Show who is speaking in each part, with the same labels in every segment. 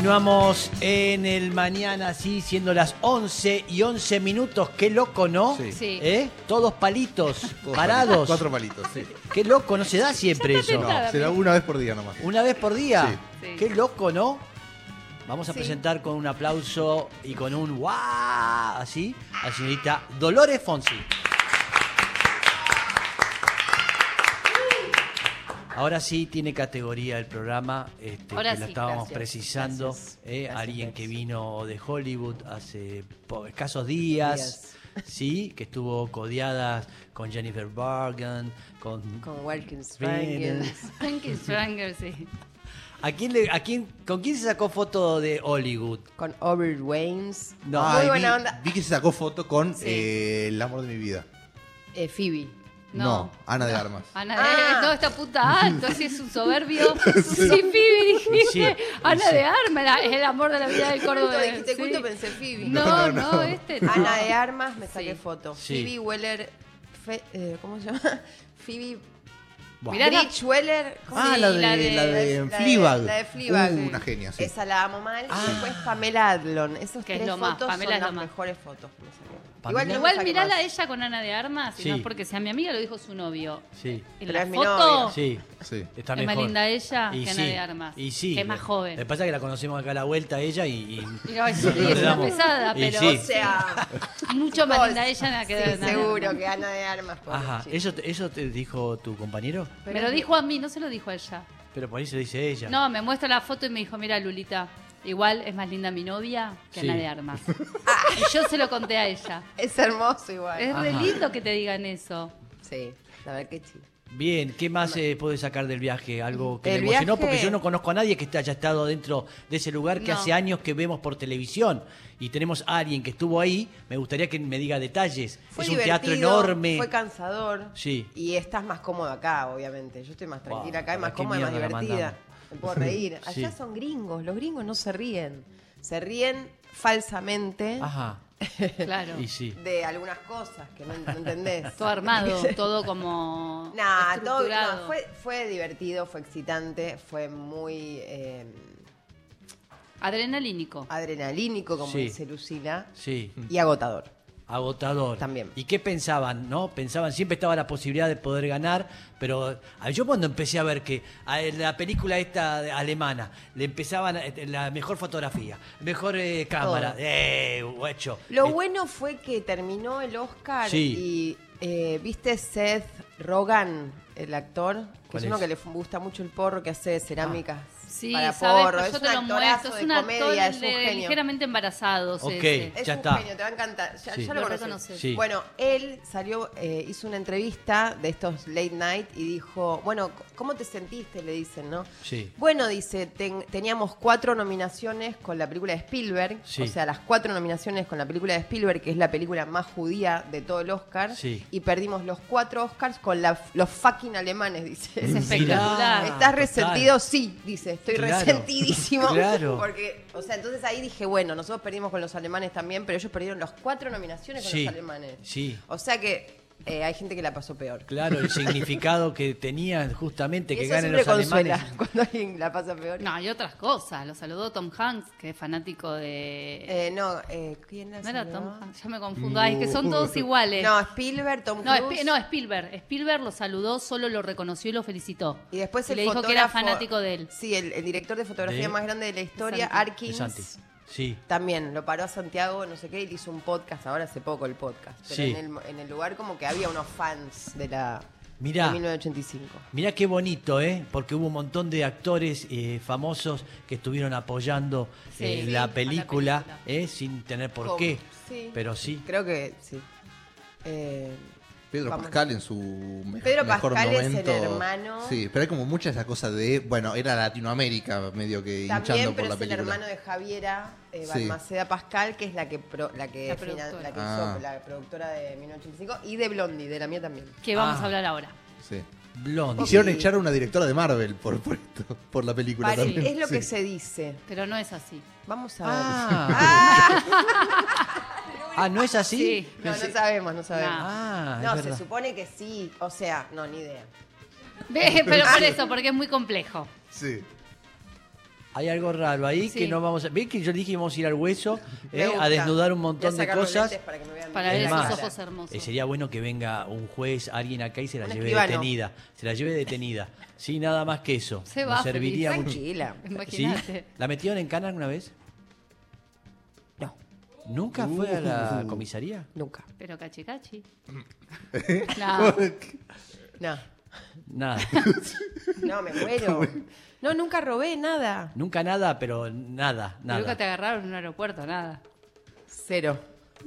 Speaker 1: Continuamos en el mañana, sí, siendo las 11 y 11 minutos. Qué loco, ¿no?
Speaker 2: Sí.
Speaker 3: Sí.
Speaker 1: ¿Eh? Todos palitos,
Speaker 2: Todos palitos,
Speaker 1: parados.
Speaker 2: Cuatro palitos, sí.
Speaker 1: Qué loco, no se da siempre eso.
Speaker 3: tentada.
Speaker 2: No, será una vez por día nomás.
Speaker 1: Una vez por día.
Speaker 3: Sí. Sí.
Speaker 1: Qué loco, ¿no? Vamos a
Speaker 3: Sí.
Speaker 1: presentar con un aplauso y con un ¡guau! Así, a la señorita Dolores Fonsi. Ahora sí tiene categoría el programa, este,
Speaker 3: Ahora
Speaker 1: que la
Speaker 3: sí,
Speaker 1: estábamos
Speaker 3: gracias,
Speaker 1: precisando.
Speaker 3: gracias,
Speaker 1: eh,
Speaker 3: gracias,
Speaker 1: alguien que
Speaker 3: gracias.
Speaker 1: vino de Hollywood hace po- escasos días, sí, que estuvo codeada con Jennifer Bargan, con
Speaker 4: Con Walkins
Speaker 3: Frankenstein, sí.
Speaker 1: ¿A quién le- a quién, ¿Con quién se sacó foto de Hollywood?
Speaker 4: con Aubrey Waynes,
Speaker 1: No.
Speaker 4: muy
Speaker 2: Ay,
Speaker 4: buena
Speaker 2: vi,
Speaker 4: onda.
Speaker 2: vi que se sacó foto con
Speaker 3: Sí.
Speaker 2: eh, el amor de mi vida.
Speaker 4: Eh, Phoebe.
Speaker 3: No.
Speaker 2: Ana de Armas.
Speaker 3: Ana
Speaker 4: Ah.
Speaker 3: de, no, esta puta alto, sí es un soberbio. Sí, Phoebe, dijiste.
Speaker 1: Sí,
Speaker 3: Ana
Speaker 1: sí.
Speaker 3: de Armas, la- es el amor de la vida del Córdoba.
Speaker 4: Justo dijiste
Speaker 3: sí.
Speaker 4: culto, pensé Phoebe.
Speaker 3: No,
Speaker 2: No,
Speaker 3: no,
Speaker 2: no.
Speaker 3: este no.
Speaker 4: Ana de Armas, me
Speaker 3: Sí.
Speaker 4: saqué foto.
Speaker 1: Sí.
Speaker 4: Phoebe Weller, Fe- eh, ¿cómo se llama? Phoebe
Speaker 1: Buah.
Speaker 3: Mirá la-
Speaker 4: Bridge Weller. ¿cómo
Speaker 2: Ah,
Speaker 3: Sí,
Speaker 2: la de,
Speaker 3: la de-
Speaker 2: la de
Speaker 4: la de-
Speaker 2: Fleabag.
Speaker 4: la de Fleabag.
Speaker 2: Uh, una genia, sí.
Speaker 4: Esa la amo mal. Y después Pamela Adlon. Esas
Speaker 3: Que es
Speaker 4: tres
Speaker 3: lo más,
Speaker 4: fotos
Speaker 3: Pamela es
Speaker 4: son
Speaker 3: lo
Speaker 4: las
Speaker 3: más.
Speaker 4: mejores fotos que me saqué.
Speaker 1: Pamela-
Speaker 4: no me
Speaker 3: Igual
Speaker 4: saqué
Speaker 3: mirala a
Speaker 4: más.
Speaker 3: ella con Ana de Armas, y
Speaker 1: Sí.
Speaker 3: no es porque sea mi amiga, lo dijo su novio.
Speaker 1: Sí,
Speaker 3: En
Speaker 4: Pero
Speaker 3: la
Speaker 4: es mi
Speaker 3: foto
Speaker 4: novio.
Speaker 1: sí.
Speaker 2: Sí.
Speaker 1: Está
Speaker 3: Oh. Es más
Speaker 1: mejor.
Speaker 3: linda ella
Speaker 1: Y
Speaker 3: que
Speaker 1: sí,
Speaker 3: Ana de Armas,
Speaker 1: Y sí.
Speaker 3: que es más joven.
Speaker 1: Lo que pasa es que la conocemos acá a la vuelta a ella y. y-
Speaker 3: Y no, sí,
Speaker 1: No le
Speaker 3: es una
Speaker 1: damos.
Speaker 3: pesada,
Speaker 1: Y
Speaker 3: pero
Speaker 1: sí.
Speaker 4: O sea,
Speaker 3: mucho más
Speaker 4: vos-
Speaker 3: linda ella que
Speaker 4: Oh, sí,
Speaker 3: Ana de
Speaker 4: seguro
Speaker 3: Armas.
Speaker 4: que Ana de Armas. pobre
Speaker 1: Ajá.
Speaker 4: chica.
Speaker 1: ¿Eso, te- ¿Eso te dijo tu compañero?
Speaker 3: Me lo dijo a mí, no se lo dijo a ella.
Speaker 1: Pero por ahí se lo dice ella.
Speaker 3: No, me muestra la foto y me dijo, mira Lulita, igual es más linda mi novia que
Speaker 1: Sí.
Speaker 3: Ana de Armas. y yo se lo conté a ella.
Speaker 4: Es hermoso igual.
Speaker 3: Es re
Speaker 1: Ajá.
Speaker 3: lindo que te digan eso.
Speaker 4: Sí, la verdad que sí.
Speaker 1: Bien, ¿qué más eh, podés sacar del viaje? Algo que
Speaker 4: Del
Speaker 1: le emocionó,
Speaker 4: viaje-
Speaker 1: porque yo no conozco a nadie que haya estado dentro de ese lugar que
Speaker 3: No.
Speaker 1: hace años que vemos por televisión. Y tenemos a alguien que estuvo ahí, me gustaría que me diga detalles.
Speaker 4: Fue
Speaker 1: es un teatro
Speaker 4: divertido,
Speaker 1: enorme.
Speaker 4: Fue cansador.
Speaker 1: Sí.
Speaker 4: Y estás más cómodo acá, obviamente. Yo estoy más tranquila
Speaker 1: Wow,
Speaker 4: acá, y más
Speaker 1: ¿para qué
Speaker 4: cómoda y más
Speaker 1: mierda la
Speaker 4: divertida. Me puedo reír.
Speaker 1: Sí.
Speaker 4: Allá son gringos. Los gringos no se ríen. Se ríen falsamente
Speaker 1: Ajá.
Speaker 3: Claro.
Speaker 1: Y sí.
Speaker 4: de algunas cosas que no, no entendés.
Speaker 3: Todo armado, todo como
Speaker 4: Nah, todo-
Speaker 3: estructurado.
Speaker 4: no, fue, fue divertido, fue excitante, fue muy eh,
Speaker 3: Adrenalínico.
Speaker 4: Ah, adrenalínico, como
Speaker 1: Sí.
Speaker 4: dice Lucila,
Speaker 1: Sí.
Speaker 4: y agotador.
Speaker 1: Agotador.
Speaker 4: También.
Speaker 1: ¿Y qué pensaban, no? Pensaban, siempre estaba la posibilidad de poder ganar, pero ah, yo cuando empecé a ver que a la película esta de- alemana le empezaban eh, la mejor fotografía, mejor eh, cámara,
Speaker 4: Todo.
Speaker 1: eh, guacho.
Speaker 4: Lo
Speaker 1: Eh,
Speaker 4: bueno fue que terminó el Oscar
Speaker 1: Sí.
Speaker 4: y eh, viste Seth Rogan, el actor, que
Speaker 1: ¿Cuál
Speaker 4: es uno
Speaker 1: es?
Speaker 4: que le fu- gusta mucho el porro que hace cerámicas
Speaker 3: Ah. Sí,
Speaker 4: para
Speaker 3: sabes,
Speaker 4: porro.
Speaker 3: pero
Speaker 4: Es
Speaker 3: yo
Speaker 4: un
Speaker 3: te lo
Speaker 4: actorazo
Speaker 3: muestro.
Speaker 4: de
Speaker 3: Es un actor
Speaker 4: comedia, es un
Speaker 3: de-
Speaker 4: genio.
Speaker 3: ligeramente embarazados.
Speaker 1: Ok.
Speaker 3: ese.
Speaker 4: Es
Speaker 1: Ya
Speaker 4: un
Speaker 1: está.
Speaker 4: genio, te va a encantar. Ya,
Speaker 1: Sí.
Speaker 4: ya lo,
Speaker 3: Lo
Speaker 4: conoces.
Speaker 3: reconoces.
Speaker 1: Sí.
Speaker 4: Bueno, él salió, eh, hizo una entrevista de estos late night y dijo, bueno, ¿cómo te sentiste? Le dicen, ¿no?
Speaker 1: Sí.
Speaker 4: Bueno, dice, ten- teníamos cuatro nominaciones con la película de Spielberg.
Speaker 1: Sí.
Speaker 4: O sea, las cuatro nominaciones con la película de Spielberg, que es la película más judía de todo el Oscar.
Speaker 1: Sí.
Speaker 4: Y perdimos los cuatro Oscars con la- los fucking alemanes, dice.
Speaker 3: Es espectacular.
Speaker 1: Mirá.
Speaker 4: Ah, ¿Estás
Speaker 1: Ah, total.
Speaker 4: resentido? Sí, dice, estoy
Speaker 1: Claro.
Speaker 4: resentidísimo.
Speaker 1: Claro.
Speaker 4: Porque, o sea, entonces ahí dije, bueno, nosotros perdimos con los alemanes también, pero ellos perdieron las cuatro nominaciones con
Speaker 1: Sí,
Speaker 4: los alemanes.
Speaker 1: sí.
Speaker 4: O sea que eh, hay gente que la pasó peor.
Speaker 1: Claro, el significado que tenían justamente
Speaker 4: Y
Speaker 1: que
Speaker 4: eso
Speaker 1: ganen
Speaker 4: siempre
Speaker 1: los
Speaker 4: consuela
Speaker 1: alemanes.
Speaker 4: cuando alguien la pasa peor.
Speaker 3: No, y otras cosas. Lo saludó Tom Hanks, que es fanático de.
Speaker 4: Eh, no, eh, ¿quién la
Speaker 3: ¿No era
Speaker 4: saludó?
Speaker 3: Tom Hanks? Ya me confundo. Ay, es que
Speaker 1: Uh.
Speaker 3: son todos iguales.
Speaker 4: No, Spielberg, Tom
Speaker 3: No,
Speaker 4: Cruise.
Speaker 3: Spi- no, Spielberg. Spielberg lo saludó, solo lo reconoció y lo felicitó.
Speaker 4: y después el
Speaker 3: le dijo que era
Speaker 4: fotógrafo-
Speaker 3: fanático de él.
Speaker 4: Sí, el, el director de fotografía
Speaker 1: De-
Speaker 4: más grande de la historia,
Speaker 3: Santi.
Speaker 1: De Santi.
Speaker 4: Arkins.
Speaker 1: Sí.
Speaker 4: También lo paró a Santiago, no sé qué, y le hizo un podcast ahora hace poco el podcast. Pero
Speaker 1: Sí.
Speaker 4: en, el, en el lugar como que había unos fans de la
Speaker 1: Mirá.
Speaker 4: de 1985.
Speaker 1: Mirá qué bonito, ¿eh? Porque hubo un montón de actores eh, famosos que estuvieron apoyando
Speaker 3: Sí,
Speaker 1: eh,
Speaker 3: sí, a
Speaker 1: la
Speaker 3: la
Speaker 1: película,
Speaker 3: película.
Speaker 1: ¿eh? Sin tener por
Speaker 4: Como-
Speaker 1: qué.
Speaker 4: sí.
Speaker 1: Pero sí.
Speaker 4: Creo que sí. Eh,
Speaker 2: Pedro
Speaker 4: Vamos.
Speaker 2: Pascal en su me-
Speaker 4: Pedro
Speaker 2: mejor
Speaker 4: Pascal es el
Speaker 2: momento.
Speaker 4: hermano.
Speaker 2: Sí, pero hay como mucha esa cosa de, bueno, era Latinoamérica medio que
Speaker 4: también,
Speaker 2: hinchando por
Speaker 4: pero
Speaker 2: la
Speaker 4: es el
Speaker 2: película.
Speaker 4: hermano de Javiera eh,
Speaker 2: Sí.
Speaker 4: Balmaceda Pascal, que es la que pro- la que,
Speaker 3: La
Speaker 4: finan-
Speaker 3: productora.
Speaker 4: la que
Speaker 2: Ah.
Speaker 4: hizo la productora de 1985 y de Blondie, de la mía también.
Speaker 3: Que vamos
Speaker 1: Ah.
Speaker 3: a hablar ahora.
Speaker 2: Sí.
Speaker 1: Blondie.
Speaker 2: Hicieron
Speaker 4: Sí.
Speaker 2: echar a una directora de Marvel por, por esto, por la película
Speaker 4: Pare-
Speaker 2: también.
Speaker 4: es lo
Speaker 2: Sí.
Speaker 4: que se dice.
Speaker 3: Pero no es así.
Speaker 4: Vamos a
Speaker 1: Ah, ah, ¿no es así?
Speaker 3: Sí.
Speaker 4: ver. No, no sabemos, no sabemos.
Speaker 1: Ah,
Speaker 4: No,
Speaker 1: es
Speaker 4: se
Speaker 1: verdad.
Speaker 4: supone que sí. O sea, no, ni idea.
Speaker 3: Ve, Pero por eso, porque es muy complejo.
Speaker 2: Sí.
Speaker 1: Hay algo raro ahí
Speaker 3: Sí.
Speaker 1: que no vamos a. ¿Ven que yo le dije que vamos a ir al hueso
Speaker 4: Me
Speaker 1: eh,
Speaker 4: gusta.
Speaker 1: a desnudar un
Speaker 4: Voy a este.
Speaker 1: montón de
Speaker 4: sacar los
Speaker 1: cosas?
Speaker 4: lentes Para, que me vean
Speaker 3: Para
Speaker 4: bien
Speaker 3: ver
Speaker 1: Es
Speaker 4: la
Speaker 3: esos
Speaker 1: más,
Speaker 4: cara.
Speaker 3: ojos hermosos.
Speaker 1: eh, sería bueno que venga un juez, alguien acá y se la
Speaker 4: Un
Speaker 1: lleve
Speaker 4: escribano.
Speaker 1: detenida. Se la lleve detenida. Sí, nada más que eso.
Speaker 3: Se
Speaker 1: Nos
Speaker 3: va,
Speaker 1: serviría
Speaker 3: Felipe.
Speaker 1: mucho.
Speaker 4: Tranquila.
Speaker 1: ¿Sí?
Speaker 3: Imagínate.
Speaker 1: ¿La metieron en cana alguna vez?
Speaker 4: No,
Speaker 1: ¿Nunca fue a la comisaría?
Speaker 4: nunca.
Speaker 3: Pero cachi cachi. No,
Speaker 4: No.
Speaker 1: Nada.
Speaker 4: No, me muero. No, nunca robé nada.
Speaker 1: Nunca nada, pero nada, nada.
Speaker 3: nunca te agarraron en un aeropuerto, nada.
Speaker 4: Cero.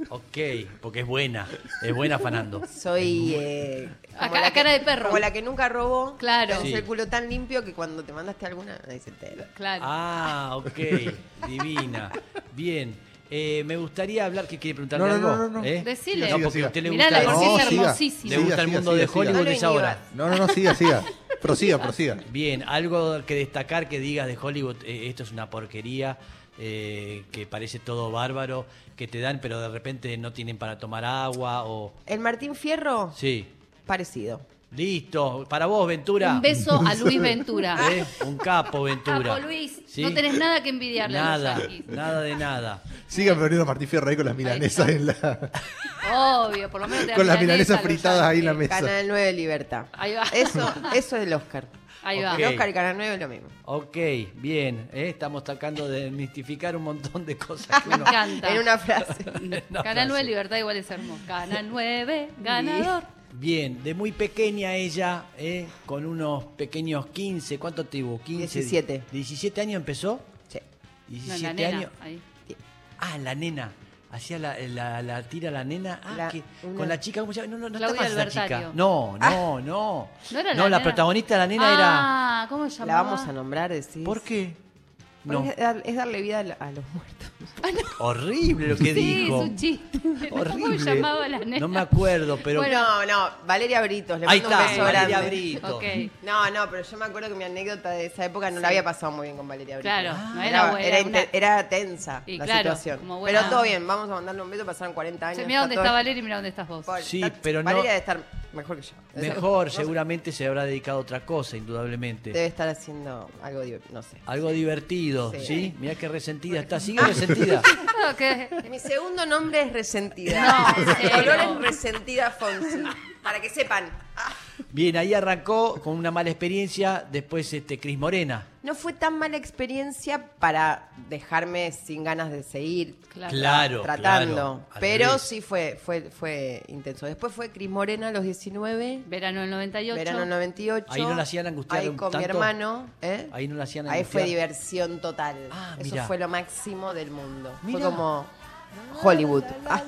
Speaker 1: Ok, porque es buena. Es buena fanando.
Speaker 4: Soy. eh, como
Speaker 3: Acá-
Speaker 4: la que-
Speaker 3: cara de perro.
Speaker 4: Como la que nunca robó.
Speaker 3: Claro.
Speaker 4: Tenés
Speaker 1: Sí.
Speaker 4: el culo tan limpio que cuando te mandaste alguna, nadie se entera.
Speaker 3: Claro.
Speaker 1: Ah, ok. Divina. Bien. Eh, me gustaría hablar. ¿Qué quiere preguntarle
Speaker 2: No, no,
Speaker 1: algo?
Speaker 2: no, no, no.
Speaker 1: ¿Eh?
Speaker 3: Decile.
Speaker 1: No, porque
Speaker 2: Siga,
Speaker 1: a usted le
Speaker 3: siga.
Speaker 1: gusta,
Speaker 3: Mirala, porque
Speaker 1: No,
Speaker 3: es
Speaker 1: siga.
Speaker 3: hermosísima.
Speaker 1: Le gusta el mundo de Hollywood
Speaker 4: siga.
Speaker 1: es ahora.
Speaker 2: No, no, no, siga, siga. Prosiga, prosiga.
Speaker 1: Bien, algo que destacar que digas de Hollywood, eh, esto es una porquería, eh, que parece todo bárbaro, que te dan, pero de repente no tienen para tomar agua o...
Speaker 4: El Martín Fierro,
Speaker 1: Sí,
Speaker 4: parecido.
Speaker 1: listo, para vos, Ventura.
Speaker 3: Un beso a Luis Ventura.
Speaker 1: Eh, Un capo, Ventura.
Speaker 3: Capo Luis,
Speaker 1: Sí.
Speaker 3: no tenés nada que envidiarle a
Speaker 1: Nada,
Speaker 3: los yanquis.
Speaker 1: nada de nada.
Speaker 2: Sigan poniendo a Martín Fierro ahí con las milanesas, en la,
Speaker 3: Obvio, por lo menos te dan
Speaker 2: con las
Speaker 3: milanesa
Speaker 2: milanesas
Speaker 3: a los
Speaker 2: fritadas ahí en la
Speaker 3: yanquis.
Speaker 2: mesa.
Speaker 4: Canal 9 Libertad.
Speaker 3: Ahí va.
Speaker 4: Eso, eso es el Oscar.
Speaker 3: Ahí va.
Speaker 1: Ok.
Speaker 4: El Oscar y Canal 9 es lo mismo.
Speaker 1: Ok, bien, eh, estamos tratando de mistificar un montón de cosas que
Speaker 3: Me
Speaker 1: uno...
Speaker 3: encanta.
Speaker 4: En una frase.
Speaker 1: No,
Speaker 3: Canal
Speaker 1: no
Speaker 3: 9
Speaker 1: sé.
Speaker 3: Libertad igual es hermoso. Canal 9, ganador.
Speaker 1: Bien, de muy pequeña ella, eh, con unos pequeños 15, ¿cuánto tuvo? 15,
Speaker 4: 17.
Speaker 1: 17 años empezó.
Speaker 4: Sí.
Speaker 3: No,
Speaker 1: 17
Speaker 3: la nena.
Speaker 1: años.
Speaker 3: Ahí.
Speaker 1: Ah, la nena. Hacía la, eh, la, la tira la nena. Ah,
Speaker 4: La-
Speaker 1: que
Speaker 4: una- Ah.
Speaker 1: con la chica, ¿cómo se llama? No, no, no
Speaker 3: Claudia
Speaker 1: estaba esa
Speaker 3: Albertario.
Speaker 1: chica. No, no, no.
Speaker 3: ¿No era la
Speaker 1: no, la
Speaker 3: nena?
Speaker 1: protagonista de la nena
Speaker 3: Ah, ¿cómo se
Speaker 4: La
Speaker 3: llamaba?
Speaker 4: vamos a nombrar, decís.
Speaker 1: era. ¿Por qué?
Speaker 4: Porque
Speaker 1: No.
Speaker 4: Es, dar- es darle vida a, la- a los muertos.
Speaker 1: Horrible lo que
Speaker 3: Sí,
Speaker 1: dijo.
Speaker 3: es un chiste. ¿Cómo
Speaker 1: Horrible.
Speaker 3: se llamaba la nena?
Speaker 1: No me acuerdo, pero.
Speaker 3: Bueno,
Speaker 4: No, no, Valeria Britos, le
Speaker 1: Ahí
Speaker 4: mando
Speaker 1: está,
Speaker 4: un beso
Speaker 1: Valeria
Speaker 4: grande.
Speaker 1: Brito.
Speaker 3: Ok.
Speaker 4: No, no, pero yo me acuerdo que mi anécdota de esa época no la había pasado muy bien con Valeria Brito.
Speaker 3: Claro, no era buena,
Speaker 4: Era,
Speaker 3: era una-
Speaker 4: inte- era tensa
Speaker 3: Y
Speaker 4: la
Speaker 3: claro,
Speaker 4: situación.
Speaker 3: como buena-
Speaker 4: Pero todo bien, vamos a mandarle un beso, pasaron 40 años.
Speaker 3: Che, Mira dónde
Speaker 4: todo-
Speaker 3: está Valeria y mira dónde estás vos.
Speaker 4: Pobre,
Speaker 1: Sí,
Speaker 4: está-
Speaker 1: pero no-
Speaker 4: Valeria debe estar mejor que yo. Debe ser-
Speaker 1: Mejor,
Speaker 4: no sé,
Speaker 1: seguramente se habrá dedicado a otra cosa, indudablemente.
Speaker 4: Debe estar haciendo algo, de- no sé.
Speaker 1: Algo divertido,
Speaker 4: Sí.
Speaker 1: ¿sí? Mirá qué resentida está. Sigue resentida.
Speaker 3: No, que-
Speaker 4: Mi segundo nombre es Resentida.
Speaker 3: No, en
Speaker 4: Mi
Speaker 3: serio.
Speaker 4: color es Resentida Fonsi. Para que sepan. Ah,
Speaker 1: Bien, ahí arrancó con una mala experiencia. Después, este, Cris Morena.
Speaker 4: No fue tan mala experiencia para dejarme sin ganas de seguir
Speaker 3: Claro.
Speaker 1: Claro,
Speaker 4: tratando.
Speaker 1: claro, al
Speaker 4: pero
Speaker 1: revés.
Speaker 4: sí fue, fue, fue intenso. Después fue Cris Morena a los 19,
Speaker 3: Verano del 98.
Speaker 4: verano 98.
Speaker 1: Ahí no la hacían angustiar
Speaker 4: Ahí
Speaker 1: un
Speaker 4: con mi
Speaker 1: tanto.
Speaker 4: hermano. ¿eh?
Speaker 1: Ahí no la hacían
Speaker 4: Ahí fue
Speaker 1: angustiar.
Speaker 4: diversión total.
Speaker 1: Ah,
Speaker 4: Eso
Speaker 1: mirá.
Speaker 4: fue lo máximo del mundo. Fue
Speaker 1: Mirá.
Speaker 4: como Hollywood. Ah,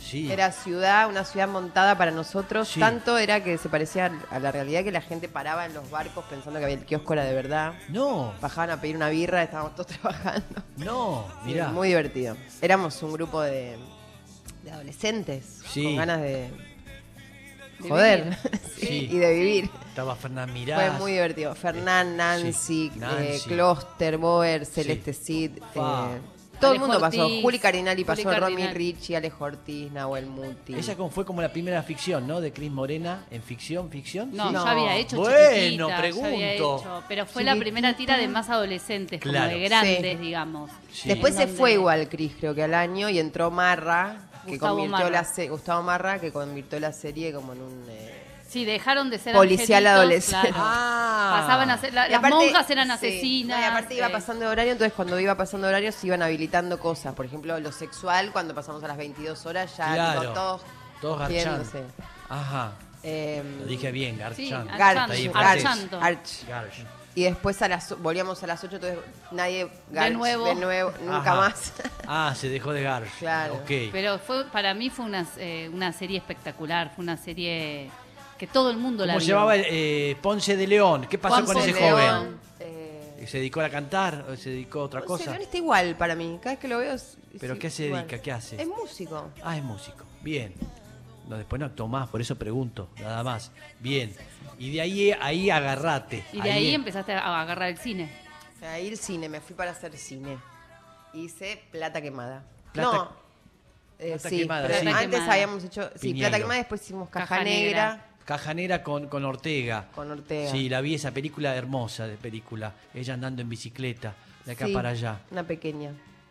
Speaker 1: Sí.
Speaker 4: era ciudad, una ciudad montada para nosotros.
Speaker 1: Sí.
Speaker 4: Tanto era que se parecía a la realidad que la gente paraba en los barcos pensando que había el kiosco era de verdad.
Speaker 1: No,
Speaker 4: Bajaban a pedir una birra, estábamos todos trabajando.
Speaker 1: no, mirá.
Speaker 4: Muy divertido. Éramos un grupo de, de adolescentes
Speaker 1: Sí.
Speaker 4: con ganas de
Speaker 3: De
Speaker 4: joder
Speaker 3: vivir.
Speaker 4: sí,
Speaker 1: Sí.
Speaker 4: y de vivir.
Speaker 1: Estaba Fernán
Speaker 4: Fue
Speaker 1: Mirás.
Speaker 4: muy divertido. Fernán, Nancy,
Speaker 1: sí, Nancy.
Speaker 4: eh, Closter, Boer, Celeste Cid.
Speaker 1: Fa.
Speaker 4: eh, todo el
Speaker 3: Alejo
Speaker 4: mundo pasó.
Speaker 3: Ortiz,
Speaker 4: Juli Carinali
Speaker 3: Juli
Speaker 4: pasó, Romy
Speaker 3: Cardinali.
Speaker 4: Richie, Alejo Ortiz, Nahuel Muti.
Speaker 1: Esa como- fue como la primera ficción, ¿no? De Cris Morena en ficción, ficción.
Speaker 3: No,
Speaker 1: Sí.
Speaker 4: No.
Speaker 3: ya había hecho
Speaker 1: Bueno,
Speaker 3: chiquitita, ya
Speaker 1: pregunto.
Speaker 3: había hecho, pero fue la
Speaker 4: Chiquitita.
Speaker 3: primera tira de más adolescentes,
Speaker 1: Claro.
Speaker 3: como de grandes,
Speaker 4: Sí.
Speaker 3: digamos.
Speaker 1: Sí.
Speaker 4: Después
Speaker 3: En
Speaker 4: se
Speaker 3: donde-
Speaker 4: fue igual Cris, creo que al año, y entró Marra, que
Speaker 3: Gustavo
Speaker 4: convirtió
Speaker 3: Marra.
Speaker 4: la se- Gustavo Marra, que convirtió la serie como en un eh,
Speaker 3: Sí, dejaron de ser
Speaker 4: Policial
Speaker 3: angelitos,
Speaker 4: adolescente.
Speaker 3: claro.
Speaker 1: Ah.
Speaker 3: Pasaban a ser, la-
Speaker 4: Y
Speaker 3: las
Speaker 4: aparte-
Speaker 3: monjas eran
Speaker 4: sí,
Speaker 3: asesinas.
Speaker 4: no, y aparte iba
Speaker 3: eh,
Speaker 4: pasando de horario, entonces cuando iba pasando de horario se iban habilitando cosas. Por ejemplo, lo sexual, cuando pasamos a las 22 horas ya
Speaker 1: Claro.
Speaker 4: tipo, todos...
Speaker 1: Todos
Speaker 4: viéndose.
Speaker 1: garchando. Ajá.
Speaker 4: Eh,
Speaker 1: Lo dije bien,
Speaker 3: Sí,
Speaker 1: garchando.
Speaker 3: garchando,
Speaker 4: garch,
Speaker 1: Ahí en
Speaker 4: garch,
Speaker 1: francés.
Speaker 3: Garchando.
Speaker 4: garch.
Speaker 1: Garch.
Speaker 4: Y después a las, volvíamos a las 8, entonces nadie... garch,
Speaker 3: nuevo.
Speaker 4: De nuevo, nunca
Speaker 1: Ajá.
Speaker 4: más.
Speaker 1: Ah, se dejó de garch.
Speaker 4: Claro.
Speaker 1: Ok.
Speaker 3: Pero fue, para mí fue una, eh, una serie espectacular, fue una serie que todo el mundo la
Speaker 1: ¿Cómo
Speaker 3: vio.
Speaker 1: se llamaba eh, Ponce de León? ¿Qué pasó
Speaker 3: Ponce
Speaker 1: con ese
Speaker 3: de
Speaker 1: joven?
Speaker 3: León.
Speaker 4: Eh,
Speaker 1: ¿Se dedicó a cantar o se dedicó a otra
Speaker 4: Ponce de
Speaker 1: cosa?
Speaker 4: León está igual para mí, cada vez que lo veo... es-
Speaker 1: ¿Pero
Speaker 4: es
Speaker 1: qué se
Speaker 4: igual.
Speaker 1: dedica? ¿Qué hace?
Speaker 4: Es músico.
Speaker 1: Ah, es músico. Bien. No, después no actuó más, por eso pregunto, nada más. Bien. Y de ahí, ahí agarrate.
Speaker 3: Y de ahí, empezaste a agarrar el cine.
Speaker 4: O sea, ir cine, me fui para hacer cine. Hice plata quemada.
Speaker 1: Plata-
Speaker 4: no. eh,
Speaker 1: Plata
Speaker 4: sí,
Speaker 1: quemada,
Speaker 4: plata-
Speaker 3: sí.
Speaker 4: antes
Speaker 3: Quemada.
Speaker 4: habíamos hecho. Sí,
Speaker 1: Piñeiro.
Speaker 4: plata quemada, después hicimos caja,
Speaker 3: Caja
Speaker 4: negra.
Speaker 3: Negra.
Speaker 1: Cajanera con, con Ortega.
Speaker 4: Con Ortega.
Speaker 1: Sí, la vi esa película hermosa de película. Ella andando en bicicleta, de acá
Speaker 4: Sí,
Speaker 1: para allá.
Speaker 4: Una pequeña.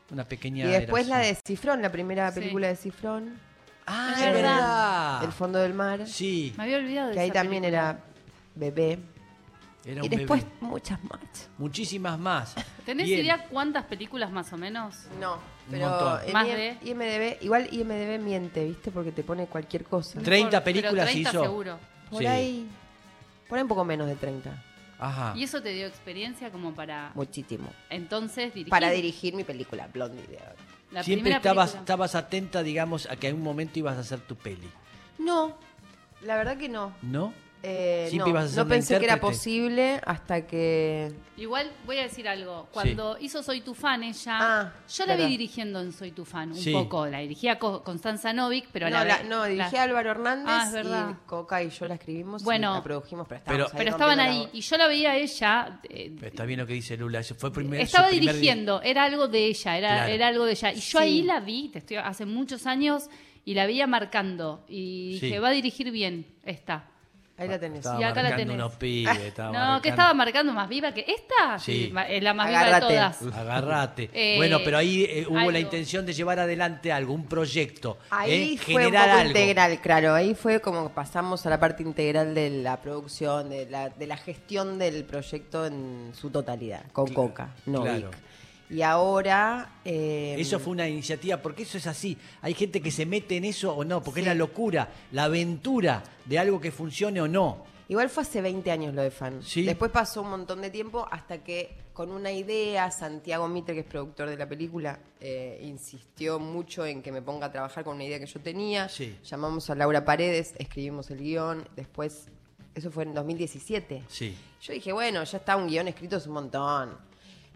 Speaker 1: Una pequeña.
Speaker 4: Y después
Speaker 1: era
Speaker 4: la
Speaker 1: así.
Speaker 4: de Cifrón, la primera
Speaker 3: Sí.
Speaker 4: película de Cifrón.
Speaker 1: Ah,
Speaker 3: Es
Speaker 1: es
Speaker 3: verdad.
Speaker 1: verdad.
Speaker 4: El fondo del mar.
Speaker 1: Sí,
Speaker 3: Me había olvidado de
Speaker 4: Que ahí
Speaker 3: esa
Speaker 4: también
Speaker 3: película.
Speaker 4: era bebé.
Speaker 1: era
Speaker 4: Y
Speaker 1: un
Speaker 4: después
Speaker 1: bebé.
Speaker 4: muchas más.
Speaker 1: Muchísimas más.
Speaker 3: ¿Tenés
Speaker 1: Bien.
Speaker 3: idea cuántas películas más o menos?
Speaker 4: No,
Speaker 1: Un
Speaker 4: pero
Speaker 1: montón.
Speaker 4: en
Speaker 3: Más
Speaker 4: IM-
Speaker 3: de-
Speaker 4: IMDB, igual IMDB miente, ¿viste? Porque te pone cualquier cosa.
Speaker 3: No
Speaker 1: Tre- 30
Speaker 3: importa,
Speaker 1: películas
Speaker 3: pero 30
Speaker 1: hizo.
Speaker 3: seguro.
Speaker 4: Por
Speaker 1: Sí.
Speaker 4: ahí. Por ahí un poco menos de 30.
Speaker 1: Ajá.
Speaker 3: Y eso te dio experiencia como para
Speaker 4: Muchísimo.
Speaker 3: entonces dirigir.
Speaker 4: Para dirigir mi película, Blondie. de ahora.
Speaker 3: La
Speaker 1: Siempre
Speaker 3: primera
Speaker 1: estabas,
Speaker 3: película.
Speaker 1: estabas atenta, digamos, a que en un momento ibas a hacer tu peli,
Speaker 4: No, la verdad que no.
Speaker 1: ¿no?
Speaker 4: Eh,
Speaker 1: Siempre
Speaker 4: no,
Speaker 1: ibas a ser
Speaker 4: no
Speaker 1: una
Speaker 4: pensé que era
Speaker 1: intérprete.
Speaker 4: posible hasta que...
Speaker 3: Igual voy a decir algo. Cuando hizo Soy tu fan ella,
Speaker 4: Ah,
Speaker 3: yo la vi
Speaker 4: verdad.
Speaker 3: dirigiendo en Soy tu fan un
Speaker 1: Sí.
Speaker 3: poco. La dirigía Co- Constanza Novik, pero
Speaker 4: no,
Speaker 3: la,
Speaker 4: la- no, dirigí a
Speaker 3: la-
Speaker 4: Álvaro Hernández
Speaker 3: Ah, es verdad.
Speaker 4: y Coca y yo la escribimos
Speaker 3: Bueno.
Speaker 4: y la produjimos, pero
Speaker 1: Pero-
Speaker 4: estábamos ahí
Speaker 3: Pero estaban
Speaker 4: rompiendo
Speaker 3: ahí
Speaker 4: la-
Speaker 3: y yo la veía a ella. eh,
Speaker 1: Pero Está bien lo que dice Lula, eso fue primer, su
Speaker 3: estaba
Speaker 1: primer di-
Speaker 3: dirigiendo, era algo de ella, era,
Speaker 1: Claro.
Speaker 3: era algo de ella. Y yo
Speaker 4: Sí.
Speaker 3: ahí la vi, te estoy hace muchos años, y la veía marcando. Y
Speaker 1: Sí.
Speaker 3: dije, va a dirigir bien esta.
Speaker 4: Ahí la tenés.
Speaker 1: Estaba
Speaker 3: Y acá la
Speaker 1: marcando
Speaker 3: tenés.
Speaker 1: unos pibes, estaba
Speaker 3: No,
Speaker 1: marcando.
Speaker 3: que estaba marcando más viva que esta.
Speaker 1: Sí.
Speaker 3: ma- eh, la más
Speaker 4: Agárrate.
Speaker 3: viva de todas.
Speaker 1: Agarrate.
Speaker 3: Eh,
Speaker 1: bueno, pero ahí eh, hubo
Speaker 3: algo.
Speaker 1: la intención de llevar adelante algo, un proyecto.
Speaker 4: Ahí
Speaker 1: ¿eh?
Speaker 4: fue un
Speaker 1: Generar
Speaker 4: poco
Speaker 1: algo.
Speaker 4: integral, claro. Ahí fue como que pasamos a la parte integral de la producción, de la, de la gestión del proyecto en su totalidad, con
Speaker 1: Cla-
Speaker 4: Coca, no
Speaker 1: claro.
Speaker 4: Vic. Y ahora... eh,
Speaker 1: Eso fue una iniciativa, porque eso es así. Hay gente que se mete en eso o no, porque es
Speaker 4: Sí.
Speaker 1: la locura, la aventura de algo que funcione o no.
Speaker 4: Igual fue hace 20 años lo de Fan.
Speaker 1: Sí.
Speaker 4: Después pasó un montón de tiempo hasta que con una idea, Santiago Mitre, que es productor de la película, eh, insistió mucho en que me ponga a trabajar con una idea que yo tenía.
Speaker 1: Sí.
Speaker 4: Llamamos a Laura Paredes, escribimos el guión, después, eso fue en 2017.
Speaker 1: Sí.
Speaker 4: Yo dije, bueno, ya está un guión escrito, es un montón.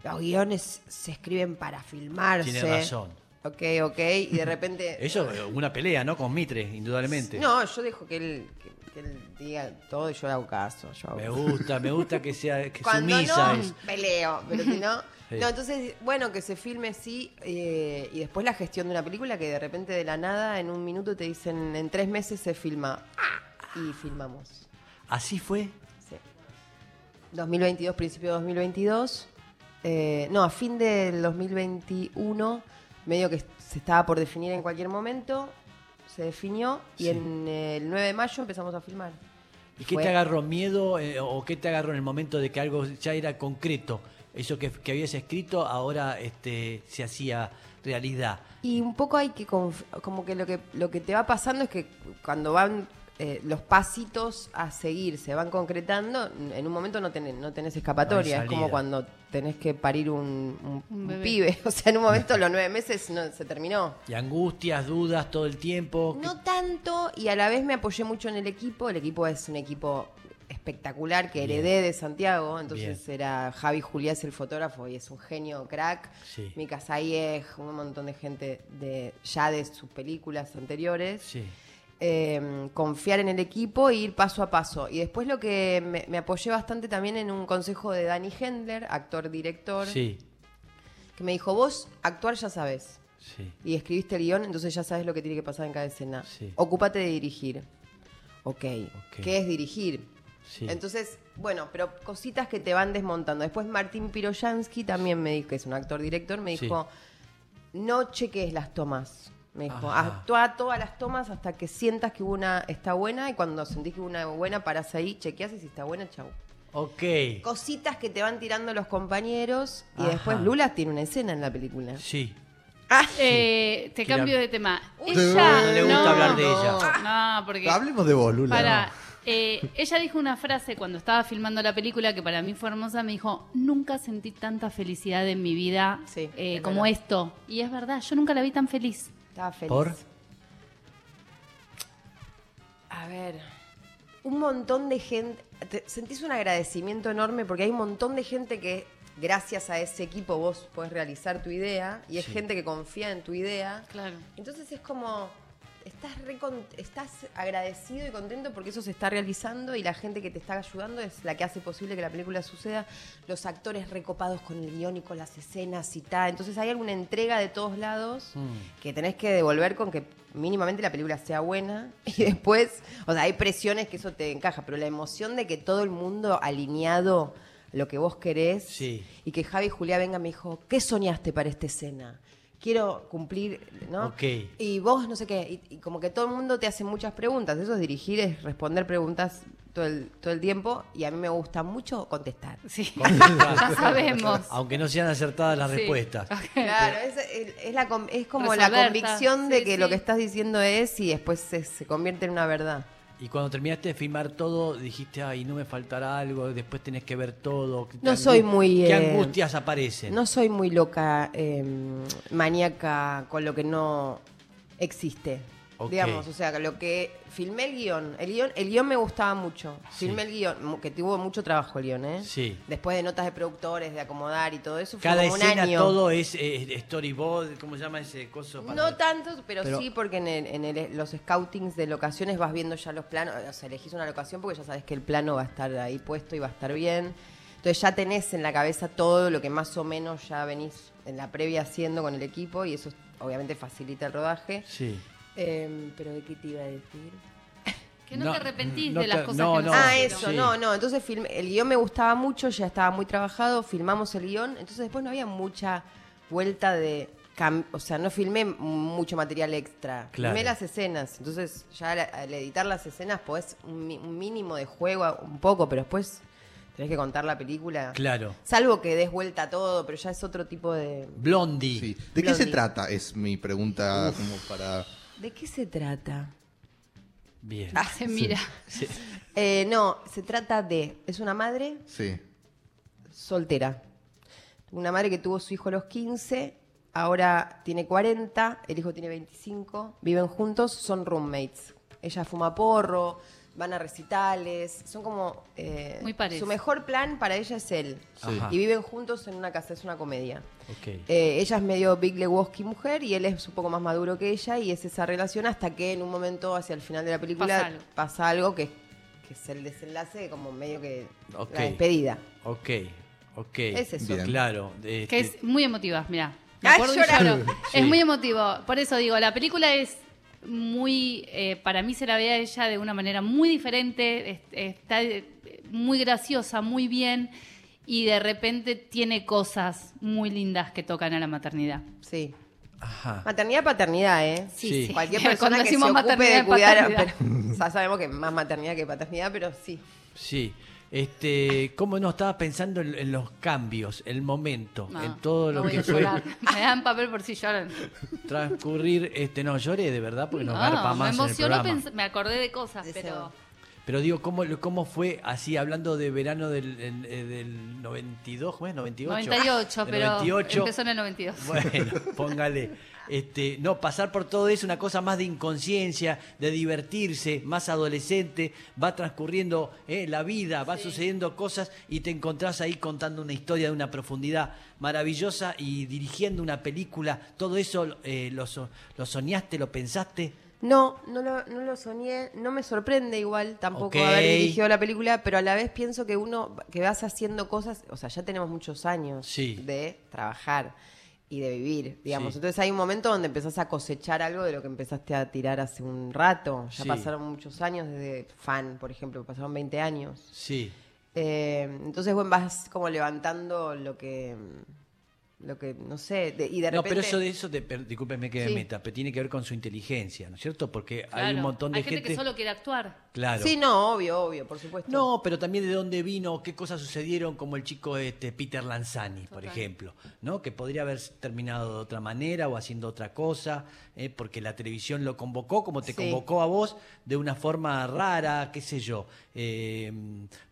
Speaker 4: Los guiones se escriben para filmarse.
Speaker 1: Tiene razón.
Speaker 4: Ok, ok, y de repente...
Speaker 1: Eso, eh, una pelea, ¿no? Con Mitre, indudablemente.
Speaker 4: No, yo dejo que él, que, que él diga todo y yo le hago caso. yo hago
Speaker 1: Me
Speaker 4: caso.
Speaker 1: gusta, me gusta que sea que
Speaker 4: Cuando
Speaker 1: sumisa
Speaker 4: no,
Speaker 1: es.
Speaker 4: peleo, pero si no.
Speaker 1: Sí.
Speaker 4: No, entonces, bueno, que se filme sí, eh, y después la gestión de una película que de repente de la nada, en un minuto te dicen, en tres meses se filma. Y filmamos.
Speaker 1: Así fue.
Speaker 4: Sí. 2022, principio de 2022. eh, no, a fin del 2021, medio que se estaba por definir en cualquier momento, se definió y
Speaker 1: Sí.
Speaker 4: en eh, el 9 de mayo empezamos a filmar.
Speaker 1: ¿Y qué
Speaker 4: Fue-
Speaker 1: te agarró miedo eh, o qué te agarró en el momento de que algo ya era concreto? Eso que, que habías escrito ahora este, se hacía realidad.
Speaker 4: Y un poco hay que conf- como que lo que lo que te va pasando es que cuando van eh, los pasitos a seguir se van concretando, en un momento no tenés, no tenés escapatoria,
Speaker 1: No hay
Speaker 4: es como
Speaker 1: salida.
Speaker 4: cuando tenés que parir un, un-
Speaker 3: Un
Speaker 4: un
Speaker 3: bebé.
Speaker 4: pibe, o sea, en un momento los nueve meses no, se terminó.
Speaker 1: Y angustias, dudas todo el tiempo.
Speaker 4: No tanto, y a la vez me apoyé mucho en el equipo, el equipo es un equipo espectacular que
Speaker 1: Bien.
Speaker 4: heredé de Santiago, entonces era Javi Juliás el fotógrafo y es un genio crack.
Speaker 1: Sí.
Speaker 4: Mika Sayeg, un montón de gente de ya de sus películas anteriores.
Speaker 1: Sí.
Speaker 4: Eh, confiar en el equipo e ir paso a paso. Y después lo que me, me apoyé bastante también en un consejo de Dani Hendler, actor director,
Speaker 1: Sí.
Speaker 4: que me dijo, vos actuar ya sabes.
Speaker 1: Sí.
Speaker 4: Y escribiste el guión, entonces ya sabes lo que tiene que pasar en cada escena.
Speaker 1: Sí.
Speaker 4: Ocúpate de dirigir. Ok. ¿Qué es dirigir?
Speaker 1: Sí.
Speaker 4: Entonces, bueno, pero cositas que te van desmontando. Después Martín Piroyansky también me dijo, que es un actor director, me
Speaker 1: Sí.
Speaker 4: dijo, no cheques las tomas. Me dijo,
Speaker 1: Ajá.
Speaker 4: actúa todas las tomas hasta que sientas que una está buena y cuando sentís que una buena parás ahí, chequeás y si está buena, chau.
Speaker 1: Ok.
Speaker 4: Cositas que te van tirando los compañeros y
Speaker 1: Eh. Ajá.
Speaker 4: después Lula tiene una escena en la película. Ah.
Speaker 1: Sí.
Speaker 3: Eh, te
Speaker 1: Quiero-
Speaker 3: cambio de tema.
Speaker 4: Uy,
Speaker 3: Ella,
Speaker 1: no le gusta hablar de ella.
Speaker 3: No, porque
Speaker 2: Hablemos de vos, Lula.
Speaker 3: para, eh, ella dijo una frase cuando estaba filmando la película que para mí fue hermosa. Me dijo: Nunca sentí tanta felicidad en mi vida
Speaker 4: Sí,
Speaker 3: eh,
Speaker 4: es
Speaker 3: como
Speaker 4: verdad.
Speaker 3: esto. Y es verdad, yo nunca la vi tan feliz.
Speaker 4: Estaba feliz.
Speaker 1: ¿Por?
Speaker 4: A ver, un montón de gente, te- sentís un agradecimiento enorme porque hay un montón de gente que gracias a ese equipo vos podés realizar tu idea y es
Speaker 1: Sí.
Speaker 4: gente que confía en tu idea.
Speaker 3: Claro.
Speaker 4: Entonces es como, estás, re con- estás agradecido y contento porque eso se está realizando y la gente que te está ayudando es la que hace posible que la película suceda. Los actores recopados con el guión y con las escenas y tal. Entonces hay alguna entrega de todos lados que tenés que devolver con que mínimamente la película sea buena y después, o sea, hay presiones que eso te encaja, pero la emoción de que todo el mundo alineado a lo que vos querés
Speaker 1: Sí.
Speaker 4: y que Javi Julia venga y me dijo, ¿qué soñaste para esta escena? Quiero cumplir, ¿no?
Speaker 1: Ok.
Speaker 4: Y vos, no sé qué, y, y como que todo el mundo te hace muchas preguntas, eso es dirigir, es responder preguntas todo el, todo el tiempo y a mí me gusta mucho contestar.
Speaker 3: Sí,
Speaker 1: Contestar.
Speaker 3: ya sabemos.
Speaker 1: Aunque no sean acertadas las
Speaker 3: Sí.
Speaker 1: respuestas.
Speaker 4: Ah. Claro, es, es- es la com- es como la
Speaker 3: Resolver,
Speaker 4: convicción
Speaker 3: ta.
Speaker 4: de
Speaker 3: Sí,
Speaker 4: que lo
Speaker 3: sí.
Speaker 4: que estás diciendo es y después se, se convierte en una verdad.
Speaker 1: Y cuando terminaste de filmar todo, dijiste, ay, no me faltará algo, después tenés que ver todo. ¿Qué
Speaker 4: No
Speaker 1: angu-
Speaker 4: soy muy,
Speaker 1: ¿Qué
Speaker 4: eh,
Speaker 1: angustias aparecen?
Speaker 4: No soy muy loca, eh, maníaca con lo que no existe.
Speaker 1: Ok.
Speaker 4: Digamos, o sea, lo que filmé el guión, el guión, el guión me gustaba mucho.
Speaker 1: Sí.
Speaker 4: Filmé el guión, mu- que tuvo mucho trabajo el guión, ¿eh?
Speaker 1: Sí.
Speaker 4: Después de notas de productores, de acomodar y todo eso, fue
Speaker 1: Cada
Speaker 4: como un
Speaker 1: escena,
Speaker 4: año.
Speaker 1: todo es eh, storyboard, ¿cómo se llama ese coso? para-
Speaker 4: No tanto, pero,
Speaker 1: Pero-
Speaker 4: sí, porque en, el- en el- los scoutings de locaciones vas viendo ya los planos, o sea, elegís una locación porque ya sabes que el plano va a estar ahí puesto y va a estar bien. Entonces ya tenés en la cabeza todo lo que más o menos ya venís en la previa haciendo con el equipo y eso obviamente facilita el rodaje.
Speaker 1: Sí.
Speaker 4: Em, pero ¿de qué te iba a decir?
Speaker 3: Que no,
Speaker 1: No,
Speaker 3: te arrepentís
Speaker 1: no
Speaker 3: de las
Speaker 1: te-
Speaker 3: cosas
Speaker 1: no,
Speaker 3: que no,
Speaker 1: no.
Speaker 3: se
Speaker 4: ah,
Speaker 3: hicieron.
Speaker 4: eso,
Speaker 1: sí.
Speaker 4: no, no. Entonces film- el guión me gustaba mucho, ya estaba muy trabajado, filmamos el guión, entonces después no había mucha vuelta de... cam- O sea, no filmé m- mucho material extra.
Speaker 1: Claro.
Speaker 4: Filmé las escenas. Entonces, ya al, al editar las escenas podés un, mi- un mínimo de juego, un poco, pero después tenés que contar la película.
Speaker 1: Claro.
Speaker 4: Salvo que des vuelta a todo, pero ya es otro tipo de...
Speaker 1: Blondie.
Speaker 2: Sí. ¿De qué se
Speaker 4: Blondie.
Speaker 2: trata? Es mi pregunta como para...
Speaker 4: ¿De qué se trata? Ah,
Speaker 1: Bien.
Speaker 3: Se mira.
Speaker 4: Eh, no, se trata de... Es una madre
Speaker 2: Sí.
Speaker 4: soltera. Una madre que tuvo su hijo a los 15, ahora tiene 40, el hijo tiene 25, viven juntos, son roommates. Ella fuma porro, van a recitales, son como... eh,
Speaker 3: Muy pares.
Speaker 4: Su mejor plan para ella es él.
Speaker 1: Sí. Ajá.
Speaker 4: Y viven juntos en una casa, es una comedia.
Speaker 1: Ok.
Speaker 4: Eh, ella es medio Big Lewoski mujer y él es un poco más maduro que ella y es esa relación hasta que en un momento hacia el final de la película
Speaker 3: Pasa algo.
Speaker 4: pasa algo que, que es el desenlace, como medio que
Speaker 1: Ok.
Speaker 4: la despedida.
Speaker 1: Ok. Ok.
Speaker 4: Es eso.
Speaker 2: Bien.
Speaker 1: Claro. este,
Speaker 3: Que es muy emotiva, mirá. Me
Speaker 4: Ay,
Speaker 3: acuerdo y
Speaker 4: llora.
Speaker 3: lloro.
Speaker 1: Sí.
Speaker 3: Es muy emotivo. Por eso digo, la película es muy. eh, para mí se la ve a ella de una manera muy diferente. es- está eh, muy graciosa, muy bien. Y de repente tiene cosas muy lindas que tocan a la maternidad.
Speaker 4: Sí.
Speaker 1: Ajá.
Speaker 4: Maternidad, paternidad, ¿eh?
Speaker 1: Sí, Sí. sí.
Speaker 4: Cualquier
Speaker 3: Cuando
Speaker 4: persona que se
Speaker 3: decimos
Speaker 4: ocupe de
Speaker 3: maternidad,
Speaker 4: cuidar, a-
Speaker 3: paternidad.
Speaker 4: pero- o sea, sabemos que más maternidad que paternidad, pero sí.
Speaker 1: Sí. Este, ¿Cómo no estaba pensando en, en los cambios, el momento,
Speaker 3: No,
Speaker 1: en todo
Speaker 3: no
Speaker 1: lo
Speaker 3: voy
Speaker 1: que
Speaker 3: a
Speaker 1: fue
Speaker 3: llorar. Me dan papel por si lloran.
Speaker 1: transcurrir? Este, no, lloré de verdad porque nos garpa
Speaker 3: Ah, me
Speaker 1: más en el
Speaker 3: emocionó,
Speaker 1: programa.
Speaker 3: pens- me acordé de cosas,
Speaker 4: De
Speaker 3: pero.
Speaker 4: eso.
Speaker 1: Pero digo, ¿cómo, ¿cómo fue así, hablando de verano del, en- eh, del 92, ¿cómo es? 98.
Speaker 3: 98,
Speaker 1: Del
Speaker 3: pero
Speaker 1: 98.
Speaker 3: empezó en el 92.
Speaker 1: Bueno, póngale. Este, no, pasar por todo eso, una cosa más de inconsciencia, de divertirse, más adolescente, va transcurriendo eh, la vida, va sucediendo cosas y te encontrás ahí contando una historia de una profundidad maravillosa y dirigiendo una película. Todo eso eh, lo, so- lo soñaste, lo pensaste.
Speaker 4: No, no lo, no lo soñé, no me sorprende igual tampoco
Speaker 1: Ok.
Speaker 4: haber dirigido la película, pero a la vez pienso que uno, que vas haciendo cosas, o sea, ya tenemos muchos años
Speaker 1: Sí.
Speaker 4: de trabajar y de vivir, digamos.
Speaker 1: Sí.
Speaker 4: Entonces hay un momento donde empezás a cosechar algo de lo que empezaste a tirar hace un rato. Ya
Speaker 1: Sí.
Speaker 4: pasaron muchos años desde fan, por ejemplo, pasaron 20 años.
Speaker 1: Sí.
Speaker 4: Eh, entonces, bueno, vas como levantando lo que. Lo que, no sé, de- y de
Speaker 1: No,
Speaker 4: repente.
Speaker 1: pero eso de eso, te, per- discúlpeme que me
Speaker 4: Sí.
Speaker 1: meta, pero tiene que ver con su inteligencia, ¿no es cierto? Porque hay
Speaker 3: Claro,
Speaker 1: un montón de
Speaker 3: Hay gente, que solo quiere actuar.
Speaker 1: Claro.
Speaker 4: Sí, no, obvio, obvio, por supuesto.
Speaker 1: No, pero también de dónde vino, qué cosas sucedieron, como el chico este Peter Lanzani, por
Speaker 3: Total.
Speaker 1: ejemplo, ¿no? Que podría haber terminado de otra manera o haciendo otra cosa, eh, porque la televisión lo convocó, como te
Speaker 4: Sí.
Speaker 1: convocó a vos, de una forma rara, qué sé yo, eh,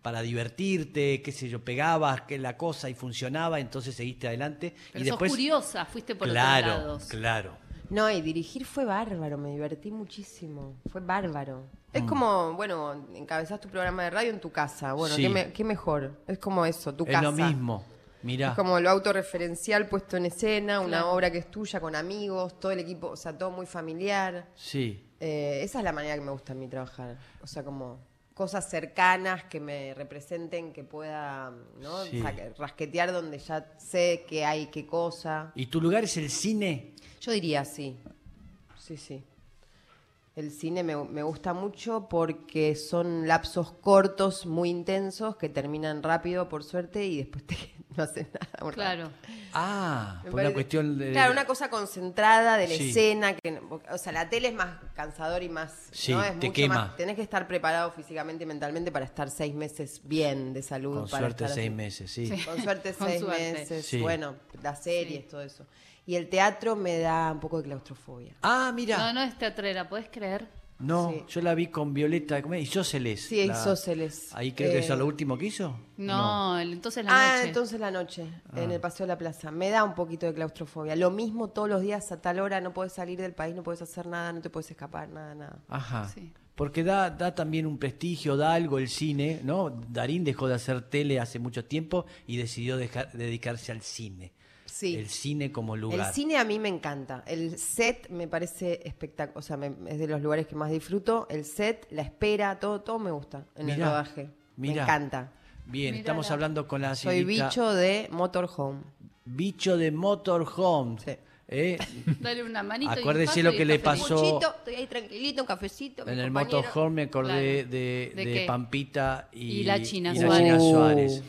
Speaker 1: para divertirte, qué sé yo, pegabas que la cosa y funcionaba, entonces seguiste adelante
Speaker 3: Pero
Speaker 1: y
Speaker 3: sos
Speaker 1: después.
Speaker 3: curiosa, fuiste por
Speaker 1: claro,
Speaker 3: otros lados.
Speaker 1: claro.
Speaker 4: No, y dirigir fue bárbaro, me divertí muchísimo. Fue bárbaro. Es
Speaker 1: Mm.
Speaker 4: como, bueno, encabezás tu programa de radio en tu casa. Bueno,
Speaker 1: Sí.
Speaker 4: qué, me- qué mejor. Es como eso, tu
Speaker 1: es
Speaker 4: casa.
Speaker 1: lo mismo. Mirá.
Speaker 4: Es como lo autorreferencial puesto en escena, una obra que es tuya con amigos, todo el equipo, o sea, todo muy familiar.
Speaker 1: Sí.
Speaker 4: Eh, esa es la manera que me gusta a mí trabajar. O sea, como cosas cercanas que me representen, que pueda ¿no?
Speaker 1: Sí.
Speaker 4: Saca- rasquetear donde ya sé que hay qué cosa.
Speaker 1: ¿Y tu lugar es el cine?
Speaker 4: Yo diría sí. Sí, sí. El cine me, me gusta mucho porque son lapsos cortos, muy intensos, que terminan rápido, por suerte, y después te, no hacen nada. un rato.
Speaker 3: Claro.
Speaker 1: Ah,
Speaker 4: Me
Speaker 1: por una
Speaker 4: parece-
Speaker 1: cuestión de...
Speaker 4: Claro, una cosa concentrada de la
Speaker 1: Sí.
Speaker 4: escena. Que, o sea, la tele es más cansador y más.
Speaker 1: Sí,
Speaker 4: ¿no? Es
Speaker 1: te quema.
Speaker 4: más- tenés que estar preparado físicamente y mentalmente para estar seis meses bien de salud.
Speaker 1: Con
Speaker 4: para
Speaker 1: suerte
Speaker 4: estar
Speaker 1: seis
Speaker 4: así.
Speaker 1: meses, sí.
Speaker 3: Sí.
Speaker 4: Con suerte
Speaker 3: Con
Speaker 4: seis
Speaker 3: suerte.
Speaker 4: meses.
Speaker 1: Sí.
Speaker 4: Bueno, las series, todo eso. Y el teatro me da un poco de claustrofobia.
Speaker 1: Ah, mira.
Speaker 3: No, no es teatrera, ¿podés creer?
Speaker 1: No,
Speaker 4: Sí.
Speaker 1: yo la vi con Violeta ¿cómo es? Isóceles.
Speaker 4: Sí,
Speaker 1: la-
Speaker 4: Isóceles.
Speaker 1: Ahí creo que
Speaker 4: Eh,
Speaker 1: eso es lo último que hizo.
Speaker 3: No, el- entonces la
Speaker 4: ah,
Speaker 3: noche.
Speaker 4: entonces la noche,
Speaker 1: Ah.
Speaker 4: en el Paseo de la Plaza. Me da un poquito de claustrofobia. Lo mismo todos los días a tal hora, no puedes salir del país, no puedes hacer nada, no te puedes escapar, nada, nada.
Speaker 1: Ajá.
Speaker 3: Sí.
Speaker 1: Porque da, da también un prestigio, da algo el cine, ¿no? Darín dejó de hacer tele hace mucho tiempo y decidió dejar, dedicarse al cine.
Speaker 4: Sí.
Speaker 1: El cine como lugar.
Speaker 4: El cine a mí me encanta. El set me parece espectacular. O sea, me- es de los lugares que más disfruto. El set, la espera, todo, todo me gusta en el
Speaker 1: Mirá,
Speaker 4: rodaje. Me
Speaker 1: mirá.
Speaker 4: encanta.
Speaker 1: Bien,
Speaker 3: Mírala.
Speaker 1: estamos hablando con la
Speaker 4: Soy
Speaker 1: señorita
Speaker 4: bicho de Motorhome.
Speaker 1: Bicho de Motorhome.
Speaker 4: Sí.
Speaker 1: ¿Eh?
Speaker 3: Dale una manito. y un
Speaker 1: Acuérdese
Speaker 3: paso
Speaker 1: lo
Speaker 3: y
Speaker 1: que
Speaker 3: está
Speaker 1: le
Speaker 3: feliz.
Speaker 1: pasó. So-
Speaker 4: Puchito, estoy ahí tranquilito, un cafecito.
Speaker 1: en
Speaker 4: mi
Speaker 1: el
Speaker 4: compañero.
Speaker 1: Motorhome me acordé
Speaker 3: Claro.
Speaker 1: de,
Speaker 3: ¿De
Speaker 1: de
Speaker 3: qué?
Speaker 1: Pampita y,
Speaker 3: Y la China
Speaker 1: y la
Speaker 3: Suárez.
Speaker 1: China
Speaker 4: Uh.
Speaker 1: Suárez.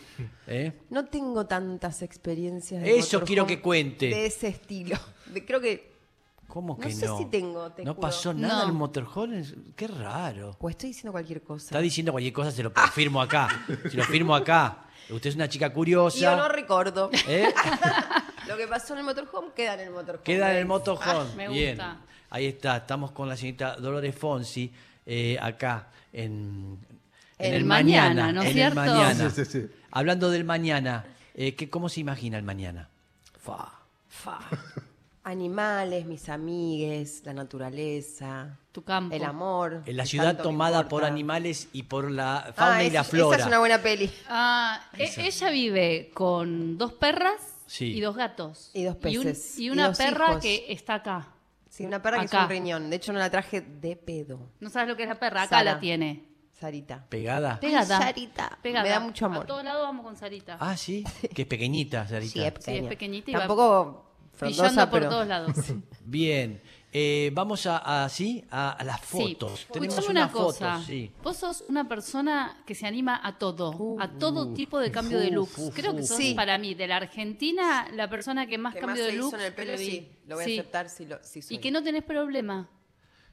Speaker 1: ¿Eh?
Speaker 4: No tengo tantas experiencias. de
Speaker 1: Eso
Speaker 4: motorhome
Speaker 1: quiero que cuente.
Speaker 4: De ese estilo. De- creo que.
Speaker 1: ¿Cómo
Speaker 4: No
Speaker 1: que no?
Speaker 4: sé si tengo, te
Speaker 1: ¿No
Speaker 4: juro.
Speaker 1: pasó nada
Speaker 3: No.
Speaker 1: el motorhome? Qué raro.
Speaker 4: O pues, estoy diciendo cualquier cosa.
Speaker 1: Está diciendo cualquier cosa, se lo
Speaker 4: Ah.
Speaker 1: firmo acá. Se lo firmo acá. Usted es una chica curiosa.
Speaker 4: Y yo no recuerdo.
Speaker 1: ¿eh?
Speaker 4: Lo que pasó en el Motorhome queda en el Motorhome.
Speaker 1: Queda en el
Speaker 4: ¿ves?
Speaker 1: motorhome.
Speaker 3: me
Speaker 1: Bien.
Speaker 3: gusta.
Speaker 1: Ahí está. Estamos con la señorita Dolores Fonsi eh, acá en, en
Speaker 3: El mañana, ¿no
Speaker 1: en
Speaker 3: es
Speaker 1: el
Speaker 3: cierto?
Speaker 1: mañana.
Speaker 2: Sí, sí, sí.
Speaker 1: Hablando del mañana, eh, ¿qué- ¿cómo se imagina el mañana? Fa.
Speaker 4: Animales, mis amigues, la naturaleza,
Speaker 3: Tu campo.
Speaker 4: el amor.
Speaker 1: En la
Speaker 4: que
Speaker 1: ciudad
Speaker 4: tanto me
Speaker 1: tomada
Speaker 4: importa.
Speaker 1: por animales y por la fauna
Speaker 4: Ah,
Speaker 1: y la
Speaker 4: esa-
Speaker 1: flora.
Speaker 4: Esa es una buena peli.
Speaker 3: Ah, e- ella vive con dos perras
Speaker 1: Sí.
Speaker 3: y dos gatos.
Speaker 4: Y dos
Speaker 3: un-
Speaker 4: peces.
Speaker 3: Y,
Speaker 4: Y
Speaker 3: una
Speaker 4: dos
Speaker 3: perra
Speaker 4: hijos.
Speaker 3: que está acá.
Speaker 4: Sí, una perra que es
Speaker 3: Acá.
Speaker 4: un riñón. De hecho, no la traje de pedo.
Speaker 3: No sabes lo que es la perra, acá
Speaker 4: Sara.
Speaker 3: la tiene.
Speaker 4: Sarita.
Speaker 1: Pegada.
Speaker 3: Pegada.
Speaker 4: Sarita.
Speaker 3: Pegada.
Speaker 4: Me da mucho amor.
Speaker 3: A todos lados vamos con Sarita.
Speaker 1: Ah, sí. Que es pequeñita, Sarita.
Speaker 4: Sí, es pequeña.
Speaker 3: pequeñita y va
Speaker 4: Tampoco frondosa,
Speaker 3: Pillando por
Speaker 4: pero...
Speaker 3: todos lados.
Speaker 1: Bien, eh, vamos a, a- sí, a, a las fotos.
Speaker 3: Sí.
Speaker 1: Tenemos
Speaker 3: Escuchame
Speaker 1: una,
Speaker 3: una cosa.
Speaker 1: foto, sí.
Speaker 3: Vos sos una persona que se anima a todo, a todo tipo de cambio de looks.
Speaker 1: Uh. uf,
Speaker 3: Creo que sos
Speaker 4: Sí.
Speaker 3: para mí, de la Argentina, la persona que más
Speaker 4: Que más
Speaker 3: cambio
Speaker 4: se
Speaker 3: de
Speaker 4: hizo
Speaker 3: looks
Speaker 4: en el pelo,
Speaker 3: le vi.
Speaker 4: sí. Lo voy a
Speaker 3: Sí.
Speaker 4: aceptar si lo si soy.
Speaker 3: Y que no tenés problema.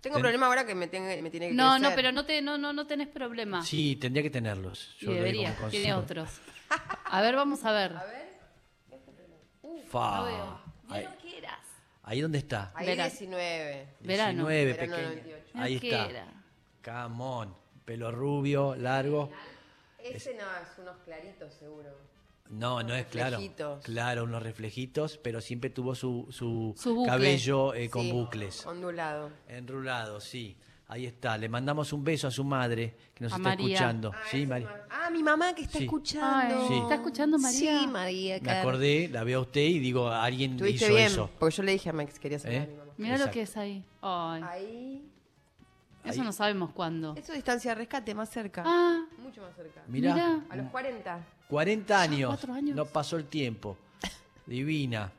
Speaker 4: Tengo problema ahora que me, tenga- me tiene que
Speaker 3: No, no,
Speaker 4: crecer.
Speaker 3: pero no, te, no, no, no tenés problema.
Speaker 1: Sí, tendría que tenerlos.
Speaker 3: y
Speaker 1: Yo lo digo
Speaker 3: Ah. debería,
Speaker 1: como
Speaker 3: tiene
Speaker 1: consejo.
Speaker 3: otros. A ver, vamos a ver.
Speaker 1: Fa.
Speaker 3: No veo. Ya
Speaker 1: Ah, Ahí,
Speaker 3: no quieras.
Speaker 1: ahí donde está.
Speaker 4: Ahí
Speaker 3: Verán.
Speaker 4: 19.
Speaker 3: Verano.
Speaker 1: 19,
Speaker 4: Verano
Speaker 1: pequeña.
Speaker 4: 98.
Speaker 1: Ahí
Speaker 3: No
Speaker 1: está.
Speaker 3: quiera.
Speaker 1: Camón. Pelo rubio, largo.
Speaker 4: Ese no, es unos claritos seguro.
Speaker 1: No, no es claro.
Speaker 4: reflejitos.
Speaker 1: Claro, unos reflejitos, pero siempre tuvo su, su
Speaker 3: Su bucle.
Speaker 1: cabello eh, con
Speaker 4: Sí,
Speaker 1: bucles.
Speaker 4: Ondulado.
Speaker 1: Enrulado, sí. Ahí está. Le mandamos un beso a su madre que nos
Speaker 3: A
Speaker 1: está
Speaker 3: María.
Speaker 1: escuchando.
Speaker 4: Ah,
Speaker 1: sí,
Speaker 4: es
Speaker 1: María.
Speaker 4: ma- Ah, mi mamá que está
Speaker 1: Sí.
Speaker 4: escuchando.
Speaker 3: Ay,
Speaker 1: Sí.
Speaker 3: ¿está escuchando, María?
Speaker 4: Sí, María.
Speaker 1: Me
Speaker 4: Car-
Speaker 1: acordé, la veo a usted y digo, alguien
Speaker 4: Estuviste
Speaker 1: hizo
Speaker 4: bien,
Speaker 1: eso.
Speaker 4: porque yo le dije a Max que quería saber
Speaker 1: ¿Eh?
Speaker 4: a mi mamá.
Speaker 3: Mirá lo
Speaker 1: Exacto.
Speaker 3: que es ahí. Ay,
Speaker 4: Ahí.
Speaker 3: eso no sabemos cuándo.
Speaker 4: Eso es distancia de rescate, más cerca.
Speaker 3: Ah,
Speaker 4: Mucho más cerca.
Speaker 1: Mirá,
Speaker 3: Mirá.
Speaker 4: A los 40.
Speaker 1: 40 años,
Speaker 3: cuatro años.
Speaker 1: No pasó el tiempo. Divina.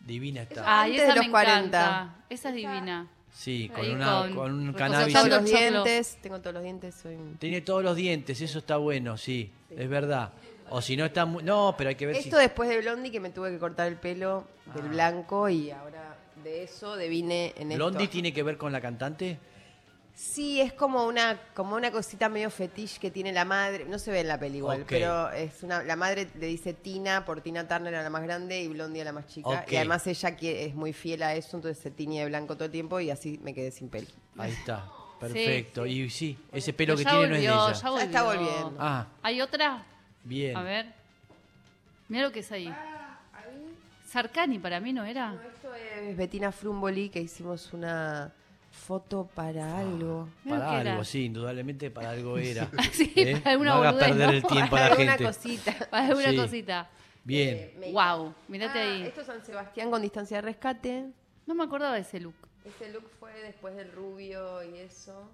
Speaker 1: Divina está.
Speaker 3: ay,
Speaker 4: Antes
Speaker 3: esa
Speaker 4: de los
Speaker 3: me
Speaker 4: 40.
Speaker 3: encanta. Esa es divina.
Speaker 1: Sí, con,
Speaker 3: Ahí
Speaker 1: una,
Speaker 3: con-
Speaker 1: con un
Speaker 4: Tengo
Speaker 1: cannabis.
Speaker 4: todos
Speaker 3: Usando
Speaker 4: los
Speaker 3: el choclo.
Speaker 4: dientes. Tengo todos los dientes. Soy... un-
Speaker 1: Tiene todos los dientes, eso está bueno, sí, es verdad. O si no está mu- No, pero hay que ver
Speaker 4: Esto
Speaker 1: si.
Speaker 4: después de Blondie que me tuve que cortar el pelo
Speaker 1: Ah.
Speaker 4: del blanco y ahora de eso devine en esto.
Speaker 1: ¿Blondie tiene que ver con la cantante?
Speaker 4: Sí, es como una, como una cosita medio fetiche que tiene la madre. No se ve en la peli igual,
Speaker 1: Ok.
Speaker 4: pero es una, la madre le dice Tina por Tina Turner a la más grande y Blondie a la más chica.
Speaker 1: Ok.
Speaker 4: Y además ella que es muy fiel a eso, entonces se tiñe de blanco todo el tiempo y así me quedé sin pelo.
Speaker 1: Ahí está,
Speaker 3: Sí,
Speaker 1: perfecto.
Speaker 3: sí.
Speaker 1: Y sí, ese pelo que
Speaker 3: ya
Speaker 1: tiene no es de
Speaker 3: volvió,
Speaker 1: ella.
Speaker 3: ya volvió.
Speaker 4: Ya está volviendo.
Speaker 1: Ah,
Speaker 3: ¿Hay otra?
Speaker 1: bien.
Speaker 3: A ver. Mira lo que es ahí. Sarcani para mí no era.
Speaker 4: Esto es Betina Frumboli que hicimos una foto para
Speaker 1: Ah.
Speaker 4: algo.
Speaker 3: Mirá lo
Speaker 1: Para
Speaker 3: que
Speaker 1: algo,
Speaker 3: era.
Speaker 1: sí, indudablemente para algo era. ¿eh?
Speaker 3: Sí, para alguna
Speaker 1: no haga
Speaker 3: boludez,
Speaker 1: perder
Speaker 3: ¿no?
Speaker 1: el tiempo a
Speaker 4: Para
Speaker 1: la
Speaker 4: alguna
Speaker 1: gente.
Speaker 4: cosita.
Speaker 3: Para una
Speaker 1: Sí.
Speaker 3: cosita.
Speaker 1: Bien.
Speaker 3: Eh,
Speaker 4: Me-
Speaker 3: Wow, mirate
Speaker 4: Ah,
Speaker 3: ahí.
Speaker 4: Esto es San Sebastián con distancia de rescate.
Speaker 3: No me acordaba de ese look.
Speaker 4: Ese look fue después del rubio y eso.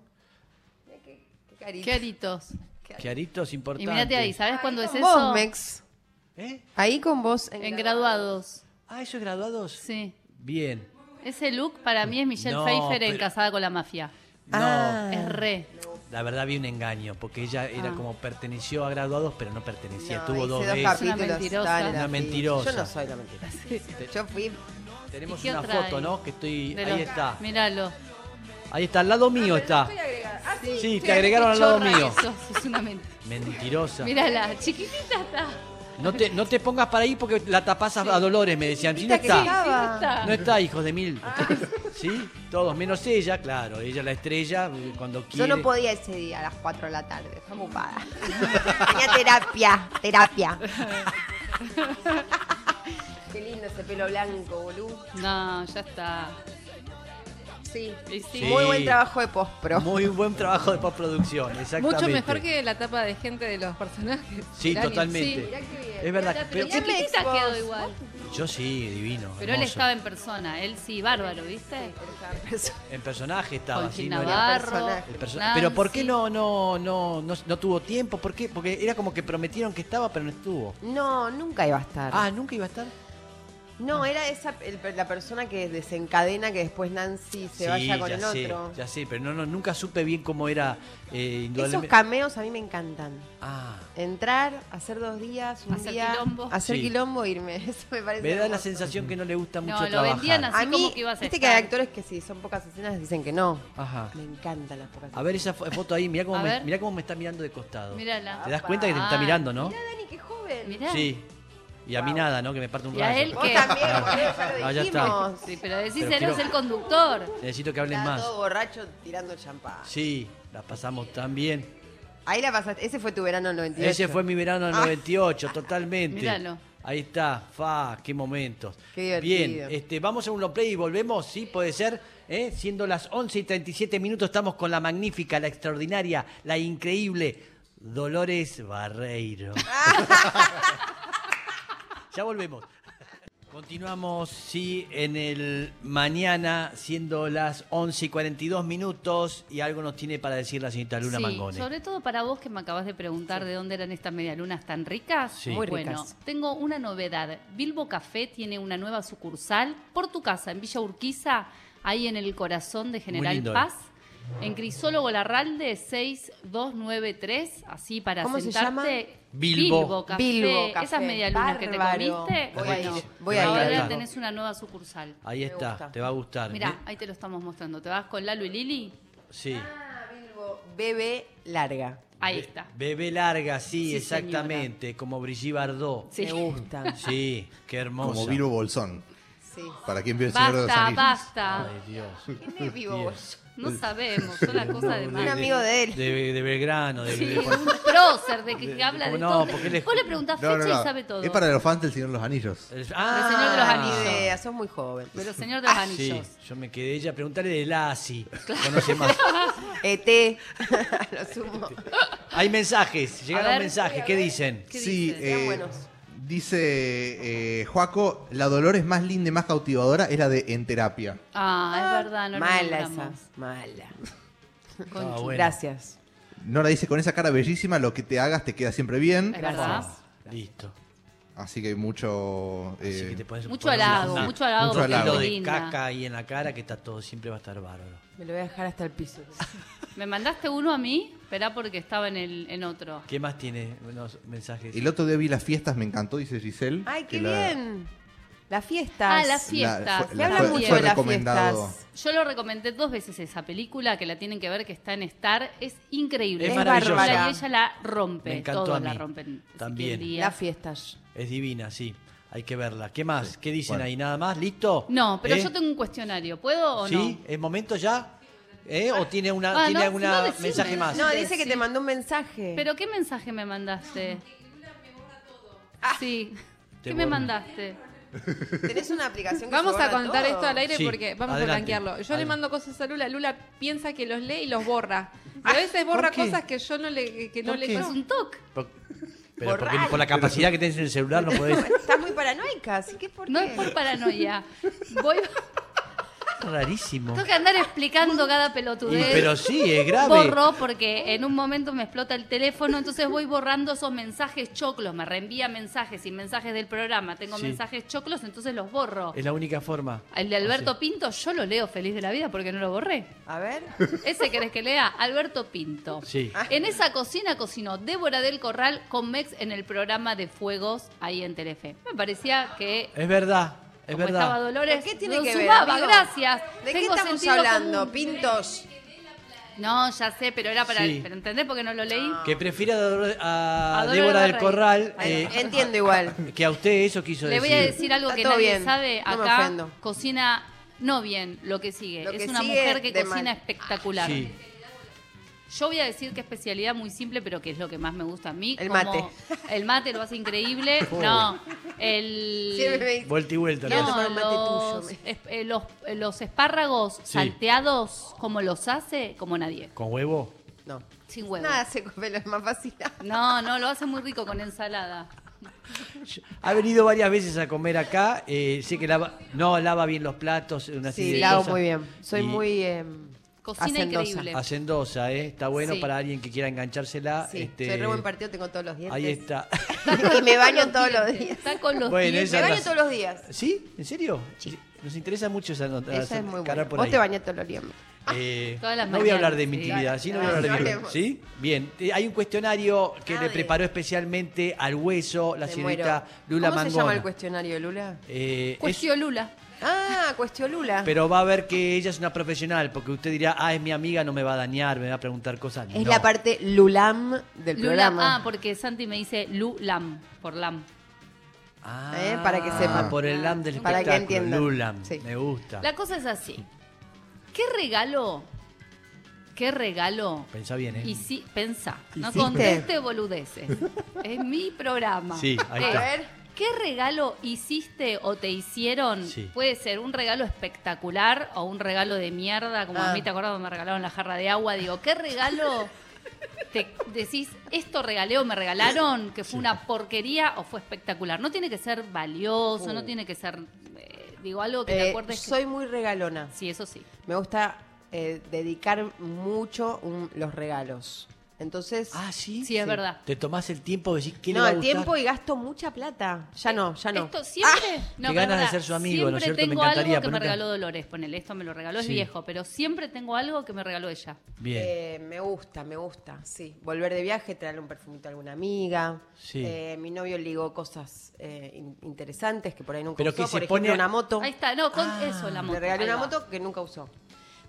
Speaker 4: Mirá qué, qué
Speaker 3: Qué
Speaker 4: carita.
Speaker 3: aritos.
Speaker 4: Qué ari-
Speaker 1: Chiaritos importantes.
Speaker 3: Y mirate ahí, ¿sabes
Speaker 4: Ahí
Speaker 3: cuándo es
Speaker 4: con vos,
Speaker 3: eso?
Speaker 4: Mex.
Speaker 1: ¿Eh?
Speaker 4: Ahí con vos
Speaker 3: En graduados.
Speaker 1: Ah, ¿eso es graduados?
Speaker 3: Sí.
Speaker 1: Bien.
Speaker 3: Ese look para mí es Michelle
Speaker 1: No,
Speaker 3: Pfeiffer en
Speaker 1: pero-
Speaker 3: Casada con la Mafia.
Speaker 1: No,
Speaker 4: Ah.
Speaker 3: Es re.
Speaker 1: la verdad había un engaño, porque ella era
Speaker 3: Ah.
Speaker 1: como perteneció a graduados, pero no pertenecía.
Speaker 4: No,
Speaker 1: Estuvo
Speaker 4: hice
Speaker 1: dos
Speaker 4: dos
Speaker 1: veces.
Speaker 4: capítulos,
Speaker 3: Una mentirosa.
Speaker 4: dale,
Speaker 1: Una
Speaker 4: la fui.
Speaker 1: mentirosa.
Speaker 4: Yo no soy la mentirosa. Yo fui.
Speaker 1: Tenemos
Speaker 3: ¿Y qué
Speaker 1: una
Speaker 3: otra
Speaker 1: foto,
Speaker 3: hay?
Speaker 1: ¿no? Que estoy.
Speaker 3: De
Speaker 1: ahí
Speaker 3: los- Ah,
Speaker 1: está.
Speaker 3: Míralo.
Speaker 1: Ahí está, al lado mío está.
Speaker 3: Ah,
Speaker 1: sí, te agregaron al lado
Speaker 3: Chorra
Speaker 1: mío.
Speaker 3: que sos, sos una ment-
Speaker 1: Mentirosa.
Speaker 3: Mírala, chiquitita está.
Speaker 1: No te, no te pongas para ahí porque la tapás a, a Dolores, me decían. Si no
Speaker 4: Viste que
Speaker 1: está.
Speaker 4: estaba.
Speaker 1: No está, hijos de mil. ¿Sí? Todos, menos ella, claro. Ella la estrella, eh, cuando
Speaker 5: Yo
Speaker 1: quiere.
Speaker 5: no podía ese día a las 4 de la tarde, estaba ocupada. Tenía terapia, terapia.
Speaker 4: Qué lindo ese pelo blanco, boludo.
Speaker 3: No, ya está.
Speaker 4: Sí.
Speaker 3: Y sí.
Speaker 1: Sí.
Speaker 4: Muy buen trabajo de postpro.
Speaker 1: Muy buen trabajo de postproducción, exactamente.
Speaker 6: Mucho mejor que la tapa de gente de los personajes.
Speaker 1: Sí,
Speaker 6: Mirá,
Speaker 1: totalmente.
Speaker 4: Mirá qué bien.
Speaker 1: Es verdad.
Speaker 3: Mirá,
Speaker 1: Pero,
Speaker 3: Pero chiquitita
Speaker 4: Mex,
Speaker 3: quedó
Speaker 4: vos.
Speaker 3: igual.
Speaker 1: yo sí, divino.
Speaker 3: Pero él
Speaker 1: hermoso.
Speaker 3: estaba en persona, él sí, bárbaro, ¿viste?
Speaker 1: En personaje estaba,
Speaker 3: Con
Speaker 1: sí,
Speaker 3: Gil
Speaker 1: no era-
Speaker 3: Navarro.
Speaker 4: personaje.
Speaker 1: el perso-
Speaker 3: Nancy.
Speaker 1: Pero ¿por qué no, no, no, no, no tuvo tiempo? ¿Por qué? Porque era como que prometieron que estaba, pero no estuvo.
Speaker 4: No, nunca iba a estar.
Speaker 1: Ah, nunca iba a estar.
Speaker 4: No, era esa el- la persona que desencadena que después Nancy se
Speaker 1: sí,
Speaker 4: vaya con
Speaker 1: ya
Speaker 4: el
Speaker 1: sé,
Speaker 4: otro.
Speaker 1: ya sé, pero no, no, nunca supe bien cómo era eh,
Speaker 4: Esos
Speaker 1: indudablemente.
Speaker 4: cameos a mí me encantan.
Speaker 1: Ah,
Speaker 4: Entrar, hacer dos días, un
Speaker 3: Hacer
Speaker 4: día,
Speaker 3: quilombo.
Speaker 4: hacer
Speaker 1: Sí.
Speaker 4: quilombo e irme. Eso me parece.
Speaker 1: me da la
Speaker 4: hermoso.
Speaker 1: sensación que no le gusta
Speaker 3: No,
Speaker 1: mucho
Speaker 3: lo
Speaker 1: trabajar.
Speaker 3: vendían así.
Speaker 4: A mí,
Speaker 3: como que ibas a
Speaker 4: viste que hay
Speaker 3: estar.
Speaker 4: actores que si son pocas escenas dicen que no.
Speaker 1: Ajá.
Speaker 4: Me encantan las pocas
Speaker 1: A
Speaker 4: escenas.
Speaker 1: ver esa fo- foto ahí, mirá cómo,
Speaker 3: A
Speaker 1: me,
Speaker 3: ver.
Speaker 1: mirá cómo me está mirando de costado.
Speaker 3: Mírala.
Speaker 1: Te das cuenta que te está
Speaker 3: Ah,
Speaker 1: mirando, ¿no?
Speaker 4: Mirá, Dani, qué joven.
Speaker 3: Mirá.
Speaker 1: Sí. Y a mí nada, ¿no? Que me parte un
Speaker 3: Y a
Speaker 1: rayo.
Speaker 3: él
Speaker 4: Vos
Speaker 3: que-
Speaker 4: también, boludo, ya lo
Speaker 1: No, Ah, ya está.
Speaker 4: dijimos.
Speaker 3: Sí, pero decís,
Speaker 1: Pero
Speaker 3: él
Speaker 1: quiero-
Speaker 3: es el conductor.
Speaker 1: Necesito que hables
Speaker 4: Estaba
Speaker 1: más.
Speaker 4: todo borracho tirando champán.
Speaker 1: Sí, la pasamos tan bien.
Speaker 4: Ahí la pasaste. Ese fue tu verano del 98.
Speaker 1: Ese fue mi verano del 98, totalmente.
Speaker 3: Ah. Míralo.
Speaker 1: Ahí está, fa, qué momentos.
Speaker 4: Qué
Speaker 1: Bien,
Speaker 4: divertido.
Speaker 1: este, vamos a un long play y volvemos, sí, puede ser. ¿eh? Siendo las 11 y 37 minutos, estamos con la magnífica, la extraordinaria, la increíble Dolores Barreiro. ya volvemos. Continuamos, sí, en el mañana, siendo las 11 y 42 minutos, y algo nos tiene para decir la señorita Luna
Speaker 3: Sí,
Speaker 1: Mangone.
Speaker 3: sobre todo para vos que me acabas de preguntar de dónde eran estas medialunas tan ricas.
Speaker 1: Sí. Muy
Speaker 3: bueno,
Speaker 4: ricas.
Speaker 3: tengo una novedad. Bilbo Café tiene una nueva sucursal por tu casa, en Villa Urquiza, ahí en el corazón de General
Speaker 1: lindo, eh.
Speaker 3: Paz. En Crisólogo Larralde 6293, así para
Speaker 4: ¿Cómo se
Speaker 3: sentarte.
Speaker 4: llama?
Speaker 1: Bilbo.
Speaker 3: Café.
Speaker 4: Bilbo Café.
Speaker 3: Esas medialunas que te
Speaker 4: Bárbaro.
Speaker 3: comiste.
Speaker 4: Voy
Speaker 1: a ir,
Speaker 3: bueno,
Speaker 1: voy a ir,
Speaker 3: ahora
Speaker 1: claro.
Speaker 3: tenés una nueva sucursal.
Speaker 1: Ahí está,
Speaker 4: gusta.
Speaker 1: te va a gustar.
Speaker 3: Mirá,
Speaker 1: Mi-
Speaker 3: ahí te lo estamos mostrando. ¿Te vas con Lalo y Lili?
Speaker 1: Sí.
Speaker 4: Ah, Bilbo, Bebé larga.
Speaker 1: Eh,
Speaker 3: Ahí está.
Speaker 1: Bebé larga, sí,
Speaker 3: Sí,
Speaker 1: exactamente, como Brigitte Bardot.
Speaker 3: Sí.
Speaker 4: Me gusta.
Speaker 1: Sí, qué hermosa.
Speaker 2: Como Viro Bolsón.
Speaker 4: Sí.
Speaker 2: Para quien vio el Señor de los
Speaker 3: Basta,
Speaker 2: Anillos.
Speaker 3: basta.
Speaker 1: Ay, Dios.
Speaker 4: ¿Quién es Bilbo?
Speaker 1: Dios.
Speaker 3: No sabemos, son las cosas de
Speaker 4: Un
Speaker 3: más.
Speaker 4: amigo de él.
Speaker 1: De, de Belgrano, de,
Speaker 3: Sí,
Speaker 1: de-
Speaker 3: un prócer de que, que habla de
Speaker 1: no,
Speaker 3: todo.
Speaker 1: porque él es-
Speaker 3: Vos le preguntás
Speaker 2: No,
Speaker 3: fecha
Speaker 2: no,
Speaker 3: y
Speaker 2: no.
Speaker 3: sabe todo.
Speaker 2: Es para los fans del Señor de los Anillos.
Speaker 1: el-
Speaker 3: El Señor de los
Speaker 4: Ni
Speaker 3: Anillos.
Speaker 4: Ah, idea, sos muy joven.
Speaker 3: Pero señor de los
Speaker 1: Ah. Sí,
Speaker 3: anillos.
Speaker 1: yo me quedé ella. Preguntarle de Lassie. Conoce más.
Speaker 4: ET, E lo sumo.
Speaker 1: Hay mensajes, llegaron
Speaker 3: A ver.
Speaker 1: mensajes. ¿Qué dicen?
Speaker 3: ¿Qué
Speaker 2: sí,
Speaker 3: dice?
Speaker 4: Sean
Speaker 2: eh,
Speaker 4: buenos.
Speaker 2: dice eh, Joaco, la Dolores más linda y más cautivadora es la de En Terapia.
Speaker 3: Ah, es verdad, no lo
Speaker 4: Mala esa,
Speaker 3: nombramos.
Speaker 4: mala.
Speaker 3: Conchu.
Speaker 1: Ah, bueno.
Speaker 4: Gracias.
Speaker 2: Nora dice, con esa cara bellísima, lo que te hagas te queda siempre bien.
Speaker 3: Es verdad.
Speaker 1: Ah, Listo.
Speaker 2: Así que hay mucho... eh,
Speaker 1: Así que te pones-
Speaker 3: Mucho
Speaker 1: pones
Speaker 3: halago,
Speaker 1: una-
Speaker 3: mucho halago,
Speaker 2: Mucho
Speaker 1: Un
Speaker 2: halago.
Speaker 1: hilo de
Speaker 3: Linda.
Speaker 1: caca ahí en la cara que está todo, siempre va a estar bárbaro.
Speaker 4: Me lo voy a dejar hasta el piso.
Speaker 3: Me mandaste uno a mí, esperá porque estaba en el en otro.
Speaker 1: ¿Qué más tiene? Unos mensajes.
Speaker 2: El otro día vi las fiestas, me encantó, dice Giselle.
Speaker 4: Ay, qué
Speaker 2: que la-
Speaker 4: bien. Las
Speaker 3: Ah,
Speaker 4: fiestas.
Speaker 3: las
Speaker 2: La-
Speaker 3: fiestas.
Speaker 2: fue-
Speaker 4: Me
Speaker 2: la-
Speaker 4: hablan
Speaker 2: fue-
Speaker 4: mucho
Speaker 2: fue
Speaker 4: de las
Speaker 2: recomendado.
Speaker 4: fiestas.
Speaker 3: Yo lo recomendé dos veces esa película, que la tienen que ver, que está en Star. Es increíble.
Speaker 1: Es
Speaker 3: Esa
Speaker 1: maravillosa.
Speaker 3: película Y ella la rompe.
Speaker 1: Me encantó
Speaker 3: todos
Speaker 1: a
Speaker 3: la
Speaker 1: mí.
Speaker 3: rompen. Así que
Speaker 1: También.
Speaker 3: el día-
Speaker 4: Las fiestas.
Speaker 1: Es divina, sí. Hay que verla. ¿Qué más? ¿Qué dicen
Speaker 2: bueno.
Speaker 1: ahí? ¿Nada más? ¿Listo?
Speaker 3: No, pero
Speaker 1: ¿Eh?
Speaker 3: yo tengo un cuestionario. ¿Puedo o
Speaker 1: ¿Sí? ¿Es momento ya? ¿Eh? ¿O tiene, una,
Speaker 3: Ah,
Speaker 1: tiene
Speaker 3: no,
Speaker 1: algún
Speaker 3: no decime.
Speaker 1: mensaje más?
Speaker 4: No,
Speaker 3: Ah, Sí,
Speaker 4: dice que
Speaker 3: sí.
Speaker 4: te mandó un
Speaker 3: no?
Speaker 4: mensaje.
Speaker 3: ¿Pero qué mensaje me mandaste? Ah. Sí.
Speaker 1: Te
Speaker 3: ¿Qué me
Speaker 1: borra.
Speaker 3: mandaste?
Speaker 4: Tenés una aplicación que
Speaker 6: Vamos
Speaker 4: se
Speaker 6: a
Speaker 4: borra
Speaker 6: contar
Speaker 4: todo.
Speaker 6: esto al aire
Speaker 1: Sí,
Speaker 6: porque vamos
Speaker 1: adelante.
Speaker 6: a blanquearlo. Yo le
Speaker 1: Adelante.
Speaker 6: mando cosas a Lula, Lula piensa que los lee y los borra. Y a veces borra
Speaker 1: Ah, ¿por qué?
Speaker 6: cosas que yo no le que no
Speaker 1: ¿Por
Speaker 6: le
Speaker 1: qué?
Speaker 3: Es un toc.
Speaker 1: Por- Pero porque
Speaker 4: Borralo.
Speaker 1: por la capacidad que tenés en el celular no podés.
Speaker 4: Estás muy paranoica, así que por
Speaker 3: No
Speaker 4: qué?
Speaker 3: es por paranoia. Voy,
Speaker 1: Rarísimo.
Speaker 3: tengo que andar explicando cada
Speaker 1: Y-
Speaker 3: pelotudez.
Speaker 1: pero sí, es grave.
Speaker 3: Borro porque en un momento me explota el teléfono, entonces voy borrando esos mensajes choclos. Me reenvía mensajes y mensajes del programa. Tengo
Speaker 1: Sí.
Speaker 3: mensajes choclos, entonces los borro.
Speaker 1: Es la única forma. Ah,
Speaker 3: El de Alberto Pinto, yo lo leo feliz de la vida porque no lo borré.
Speaker 4: A ver.
Speaker 3: Ese querés que lea, Alberto Pinto.
Speaker 1: Sí.
Speaker 3: En esa cocina cocinó Débora del Corral con Mex en el programa de Fuegos ahí en Telefe. Me parecía que
Speaker 1: Es verdad, es
Speaker 3: como
Speaker 1: verdad.
Speaker 3: estaba Dolores,
Speaker 4: ¿Pero qué tiene
Speaker 3: lo
Speaker 4: que ver,
Speaker 3: sumaba,
Speaker 4: amigo?
Speaker 3: gracias.
Speaker 4: ¿De qué
Speaker 3: Tengo
Speaker 4: estamos
Speaker 3: sentido
Speaker 4: hablando,
Speaker 3: común.
Speaker 4: Pintos?
Speaker 3: No, ya sé, pero era para,
Speaker 1: Sí.
Speaker 3: pero entendés porque no lo leí.
Speaker 1: Que prefiera a, Dolor- a
Speaker 3: A Dolores
Speaker 1: Débora del
Speaker 3: Rey.
Speaker 1: Corral eh,
Speaker 4: Entiendo igual.
Speaker 1: que a usted eso quiso
Speaker 3: Le voy a decir algo
Speaker 4: Está
Speaker 3: que
Speaker 4: todo
Speaker 3: nadie
Speaker 4: bien,
Speaker 3: sabe
Speaker 4: no me
Speaker 3: acá.
Speaker 4: ofendo.
Speaker 3: cocina no bien lo que sigue.
Speaker 4: Lo
Speaker 3: es
Speaker 4: que
Speaker 3: una
Speaker 4: sigue
Speaker 3: mujer que
Speaker 4: de
Speaker 3: cocina
Speaker 4: mal.
Speaker 3: espectacular.
Speaker 1: Sí.
Speaker 3: Yo voy a decir que especialidad muy simple, pero que es lo que más me gusta a mí.
Speaker 4: El
Speaker 3: como-
Speaker 4: mate.
Speaker 3: El mate lo hace increíble. No, el...
Speaker 4: Siempre me dice-
Speaker 1: Vuelta y vuelta.
Speaker 4: Quiero
Speaker 1: ¿no?
Speaker 4: tomar un mate
Speaker 3: los,
Speaker 4: tuyo,
Speaker 3: es- eh, los, eh, los espárragos
Speaker 1: Sí.
Speaker 3: salteados, como los hace, como nadie.
Speaker 1: ¿Con huevo?
Speaker 4: No.
Speaker 3: Sin huevo.
Speaker 4: Nada se come, lo es más fácil.
Speaker 3: No, no, lo hace muy rico con ensalada.
Speaker 1: Ha venido varias veces a comer acá. eh, sé que lava, no lava bien los platos. Una serie
Speaker 4: Sí,
Speaker 1: de
Speaker 4: la hago
Speaker 1: cosas.
Speaker 4: muy bien. Soy
Speaker 1: Y
Speaker 4: muy. em,
Speaker 3: Cocina
Speaker 4: hacendosa.
Speaker 3: increíble.
Speaker 1: Hacendosa, ¿eh? Está bueno
Speaker 3: Sí.
Speaker 1: para alguien que quiera enganchársela.
Speaker 4: Sí,
Speaker 1: este,
Speaker 4: soy re buen partido, tengo todos los dientes.
Speaker 1: ahí está.
Speaker 4: y me baño todos los días.
Speaker 3: Está con los
Speaker 1: Bueno,
Speaker 3: dientes.
Speaker 1: esa
Speaker 4: Me baño
Speaker 1: las-
Speaker 4: todos los días.
Speaker 1: ¿Sí? ¿En serio? Nos interesa mucho esa nota.
Speaker 4: Esa es muy
Speaker 1: encarar
Speaker 4: buena.
Speaker 1: por
Speaker 4: Vos
Speaker 1: ahí.
Speaker 4: te bañas todos los días. amigo.
Speaker 1: Eh,
Speaker 3: Todas las
Speaker 1: no voy a hablar de mi
Speaker 3: mañanas, sí.
Speaker 1: actividad, sí, no voy a
Speaker 4: Claro,
Speaker 1: hablar de mi
Speaker 4: no
Speaker 1: actividad. ¿Sí? Bien, Eh, hay un cuestionario que
Speaker 4: Ah,
Speaker 1: le
Speaker 4: de-
Speaker 1: preparó especialmente al hueso la
Speaker 4: Me
Speaker 1: señorita
Speaker 4: muero.
Speaker 1: Lula
Speaker 4: ¿Cómo
Speaker 1: Mangona.
Speaker 4: se llama el cuestionario, Lula?
Speaker 1: Eh, es-
Speaker 3: Cuestió Lula.
Speaker 4: Ah, cuestión Lula.
Speaker 1: pero va a ver que ella es una profesional, porque usted dirá, ah, es mi amiga, no me va a dañar, me va a preguntar cosas.
Speaker 4: es
Speaker 1: No.
Speaker 4: la parte Lulam
Speaker 3: Lulam.
Speaker 4: del programa.
Speaker 3: Ah, porque Santi me dice Lulam, por Lam.
Speaker 1: Ah,
Speaker 4: Eh, para que sepan.
Speaker 1: Por el LAM del
Speaker 4: Para que
Speaker 1: espectáculo,
Speaker 4: entiendan.
Speaker 1: Lulam,
Speaker 4: Sí.
Speaker 1: me gusta.
Speaker 3: La cosa es así. ¿Qué regalo? ¿Qué regalo?
Speaker 1: Pensá bien, ¿eh?
Speaker 3: Y
Speaker 4: Em,
Speaker 3: si, pensá, no
Speaker 4: ¿Hiciste?
Speaker 3: conteste boludeces. Es mi programa.
Speaker 1: Sí, ahí
Speaker 3: Eh,
Speaker 1: está.
Speaker 3: ¿Qué regalo hiciste o te hicieron?
Speaker 1: Sí.
Speaker 3: Puede ser un regalo espectacular o un regalo de mierda, como
Speaker 4: Ah.
Speaker 3: a mí te acuerdas cuando me regalaron la jarra de agua. Digo, ¿qué regalo te decís, esto regalé o me regalaron, que fue una porquería o fue espectacular? No tiene que ser valioso, no tiene que ser, eh, digo, algo que te
Speaker 4: Uh. Eh,
Speaker 3: acuerdes. que-
Speaker 4: soy muy regalona.
Speaker 3: Sí, eso sí.
Speaker 4: Me gusta eh, dedicar mucho mm, los regalos. Entonces,
Speaker 1: Ah, sí.
Speaker 3: Sí, es verdad.
Speaker 1: Te tomás el tiempo de decir qué le
Speaker 4: no,
Speaker 1: va a
Speaker 4: el
Speaker 1: gustar?
Speaker 4: tiempo y gasto mucha plata. Ya no, ya no.
Speaker 3: Esto siempre.
Speaker 1: Ah, Qué
Speaker 3: pero
Speaker 1: ganas de
Speaker 3: pará,
Speaker 1: ser su amigo, ¿no es
Speaker 3: siempre
Speaker 1: cierto? Me
Speaker 3: tengo
Speaker 1: encantaría,
Speaker 3: algo que
Speaker 1: pero
Speaker 3: me
Speaker 1: nunca-
Speaker 3: regaló Dolores, ponele, esto me lo regaló, es
Speaker 1: Sí.
Speaker 3: viejo, pero siempre tengo algo que me regaló ella.
Speaker 1: Bien.
Speaker 4: Eh, me gusta, me gusta, sí. Volver de viaje, traerle un perfumito a alguna amiga.
Speaker 1: Sí.
Speaker 4: Eh, mi novio ligó cosas eh, in- interesantes que por ahí nunca
Speaker 1: Pero
Speaker 4: usó.
Speaker 1: que se
Speaker 4: por
Speaker 1: pone-
Speaker 4: ejemplo, una moto.
Speaker 3: Ahí está, no, con
Speaker 1: Ah,
Speaker 3: eso la moto.
Speaker 4: Le regalé
Speaker 3: ahí
Speaker 4: una
Speaker 3: va.
Speaker 4: moto que nunca usó.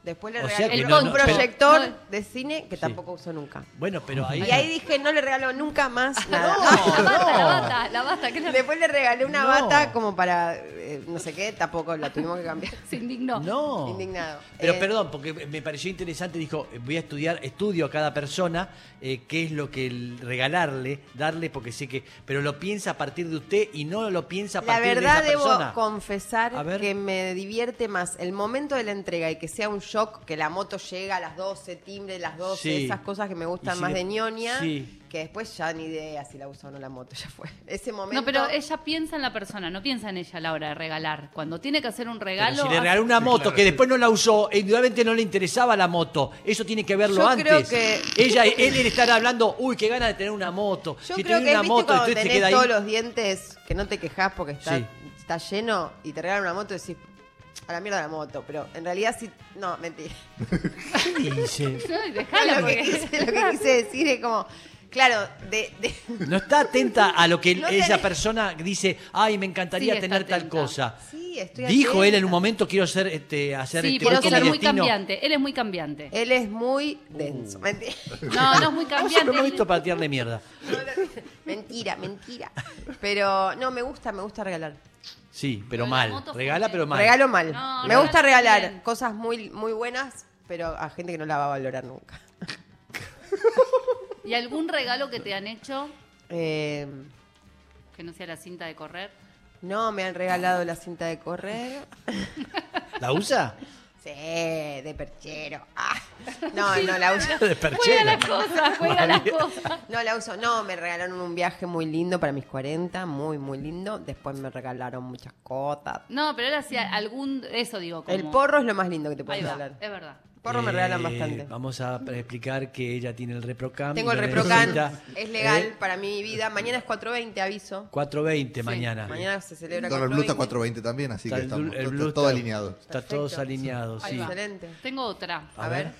Speaker 4: Después le
Speaker 1: O sea
Speaker 4: regalé
Speaker 1: que
Speaker 4: el-
Speaker 1: no,
Speaker 4: un
Speaker 1: no, pero-
Speaker 4: proyector
Speaker 3: No.
Speaker 4: de cine que tampoco usó nunca.
Speaker 1: Bueno, pero ahí...
Speaker 4: Y ahí dije, no le regalo nunca más nada.
Speaker 3: La bata, la bata, la bata, que la-
Speaker 4: Después le regalé una
Speaker 1: No.
Speaker 4: bata como para eh, no sé qué, tampoco la tuvimos que cambiar.
Speaker 3: se indignó.
Speaker 1: No.
Speaker 4: Indignado.
Speaker 1: Pero
Speaker 4: Eh,
Speaker 1: perdón, porque me pareció interesante, dijo, eh, voy a estudiar, estudio a cada persona, eh, qué es lo que el regalarle, darle, porque sé que... Pero lo piensa a partir de usted y no lo piensa a
Speaker 4: La
Speaker 1: partir
Speaker 4: verdad
Speaker 1: de esa
Speaker 4: debo
Speaker 1: persona. A
Speaker 4: confesar
Speaker 1: ver.
Speaker 4: que me divierte más el momento de la entrega y que sea un shock que la moto llega a las 12, timbre las 12,
Speaker 1: Sí.
Speaker 4: esas cosas que me gustan
Speaker 1: Y si
Speaker 4: más
Speaker 1: le-
Speaker 4: de ñoña,
Speaker 1: Sí.
Speaker 4: que después ya ni idea si la usa o no la moto, ya fue. Ese momento
Speaker 3: No, pero ella piensa en la persona, no piensa en ella a la hora de regalar. Cuando tiene que hacer un
Speaker 1: Pero
Speaker 3: regalo.
Speaker 1: si le
Speaker 3: hace-
Speaker 1: regaló una moto que después no la usó, e indudablemente no le interesaba la moto. Eso tiene que verlo
Speaker 4: Yo
Speaker 1: antes.
Speaker 4: creo que-
Speaker 1: Ella, él le estará hablando, uy, qué gana de tener una moto.
Speaker 4: Yo
Speaker 1: si
Speaker 4: creo
Speaker 1: tuviera
Speaker 4: que
Speaker 1: una
Speaker 4: viste
Speaker 1: moto y
Speaker 4: cuando
Speaker 1: usted se
Speaker 4: tenés
Speaker 1: queda ahí.
Speaker 4: todos los dientes que no te quejas porque está,
Speaker 1: Sí.
Speaker 4: está lleno y te regalan una moto y decís, a la mierda la moto, pero en realidad sí, no, mentira.
Speaker 1: ¿Qué dice?
Speaker 3: No, y dejala,
Speaker 4: lo, que
Speaker 3: porque-
Speaker 4: quise, lo que quise decir es como, claro, de- de,
Speaker 1: No está atenta a lo que
Speaker 4: No
Speaker 1: esa
Speaker 4: tenés-
Speaker 1: persona dice, ay, me encantaría
Speaker 3: Sí, está
Speaker 1: tener tal
Speaker 3: atenta.
Speaker 1: cosa.
Speaker 4: Sí, estoy
Speaker 1: Dijo él en
Speaker 4: atenta.
Speaker 1: un momento, quiero ser, este, hacer
Speaker 3: Sí,
Speaker 1: este,
Speaker 3: pero
Speaker 1: voy con
Speaker 3: él es
Speaker 1: mi
Speaker 3: muy
Speaker 1: destino". Eh,
Speaker 3: cambiante. Él es muy cambiante.
Speaker 4: Él es muy denso. Menti-
Speaker 3: No, no es muy
Speaker 1: No se lo
Speaker 3: cambiante.
Speaker 1: hemos visto
Speaker 3: él-
Speaker 1: para tirarle mierda.
Speaker 4: mentira, mentira. Pero no, me gusta, me gusta regalar.
Speaker 1: Sí,
Speaker 3: Pero
Speaker 1: pero
Speaker 3: la
Speaker 1: mal.
Speaker 3: moto fue-
Speaker 1: Regala, pero mal.
Speaker 4: Regalo mal.
Speaker 3: No,
Speaker 4: me
Speaker 3: regalo
Speaker 4: gusta regalar
Speaker 3: bien.
Speaker 4: cosas muy, muy buenas, pero a gente que no la va a valorar nunca.
Speaker 3: ¿Y algún regalo que te han hecho
Speaker 4: Eh,
Speaker 3: que no sea la cinta de correr?
Speaker 4: no, me han regalado la cinta de correr.
Speaker 1: ¿La usa?
Speaker 4: Sí, de perchero. Ah. No, no la uso.
Speaker 1: De
Speaker 3: Juega
Speaker 1: perchero.
Speaker 3: las cosas, juega las cosas.
Speaker 4: No la uso. No, me regalaron un viaje muy lindo para mis 40, muy, muy lindo. Después me regalaron muchas cotas.
Speaker 3: No, pero era hacia algún. Eso digo. Como,
Speaker 4: El porro es lo más lindo que te
Speaker 3: Ahí
Speaker 4: puedes
Speaker 3: va,
Speaker 4: regalar.
Speaker 3: es verdad.
Speaker 4: Porro me
Speaker 1: Eh,
Speaker 4: regalan bastante.
Speaker 1: Vamos a pre- explicar que ella tiene el reprocam.
Speaker 4: Tengo el
Speaker 1: y la
Speaker 4: reprocan,
Speaker 1: necesita,
Speaker 4: es legal
Speaker 1: eh,
Speaker 4: para mi vida. Mañana es 4.20, aviso.
Speaker 1: 4.20
Speaker 4: Sí,
Speaker 1: mañana.
Speaker 4: Mañana se celebra
Speaker 2: Dólar Blue está 420
Speaker 4: 4.20.
Speaker 2: también, así
Speaker 1: Está
Speaker 2: que
Speaker 1: el
Speaker 2: estamos
Speaker 1: dul- el
Speaker 2: está
Speaker 1: blue
Speaker 2: todo
Speaker 1: está-
Speaker 2: alineado.
Speaker 1: Está todos
Speaker 4: Perfecto.
Speaker 1: alineados, sí.
Speaker 4: Excelente.
Speaker 3: Tengo otra.
Speaker 1: A ver.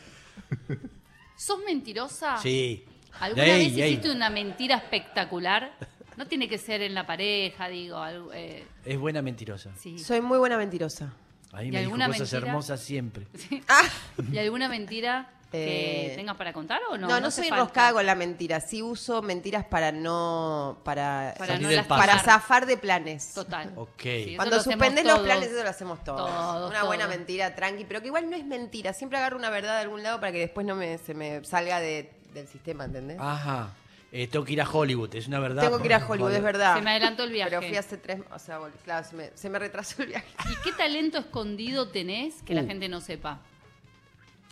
Speaker 3: ¿Sos mentirosa?
Speaker 1: Sí.
Speaker 3: ¿Alguna
Speaker 1: Ey,
Speaker 3: vez
Speaker 1: ey.
Speaker 3: hiciste una mentira espectacular? No tiene que ser en la pareja, digo. algo, eh,
Speaker 1: Es buena mentirosa.
Speaker 3: sí.
Speaker 4: Soy muy buena mentirosa.
Speaker 1: A mí
Speaker 3: ¿Y
Speaker 1: me dijo
Speaker 3: alguna
Speaker 1: cosas
Speaker 3: mentira?
Speaker 1: hermosas siempre.
Speaker 3: ¿Y alguna mentira que
Speaker 4: Ah. Eh,
Speaker 3: tengas para contar o no?
Speaker 4: No, no,
Speaker 3: hace
Speaker 4: soy
Speaker 3: falta.
Speaker 4: enroscada con la mentira. Sí uso mentiras para no. para,
Speaker 3: Para
Speaker 1: Salir
Speaker 3: no
Speaker 1: del
Speaker 3: las
Speaker 1: paso.
Speaker 4: para zafar de planes.
Speaker 3: Total.
Speaker 1: Ok.
Speaker 3: eso
Speaker 4: Cuando
Speaker 3: lo hacemos
Speaker 4: suspendes los
Speaker 3: todos.
Speaker 4: planes, eso lo hacemos todos.
Speaker 3: Todos,
Speaker 4: una buena
Speaker 3: todos.
Speaker 4: mentira, tranqui, pero que igual no es mentira. Siempre agarro una verdad de algún lado para que después no me, se me salga de- del sistema, ¿entendés?
Speaker 1: Ajá. Eh, tengo que ir a Hollywood, es una verdad.
Speaker 4: Tengo que ir a Hollywood, es verdad.
Speaker 3: Se me adelantó el viaje.
Speaker 4: Pero fui hace tres, o sea, vol- claro, se me, se me retrasó el viaje.
Speaker 3: ¿Y qué talento escondido tenés que la
Speaker 1: Uh.
Speaker 3: gente no sepa?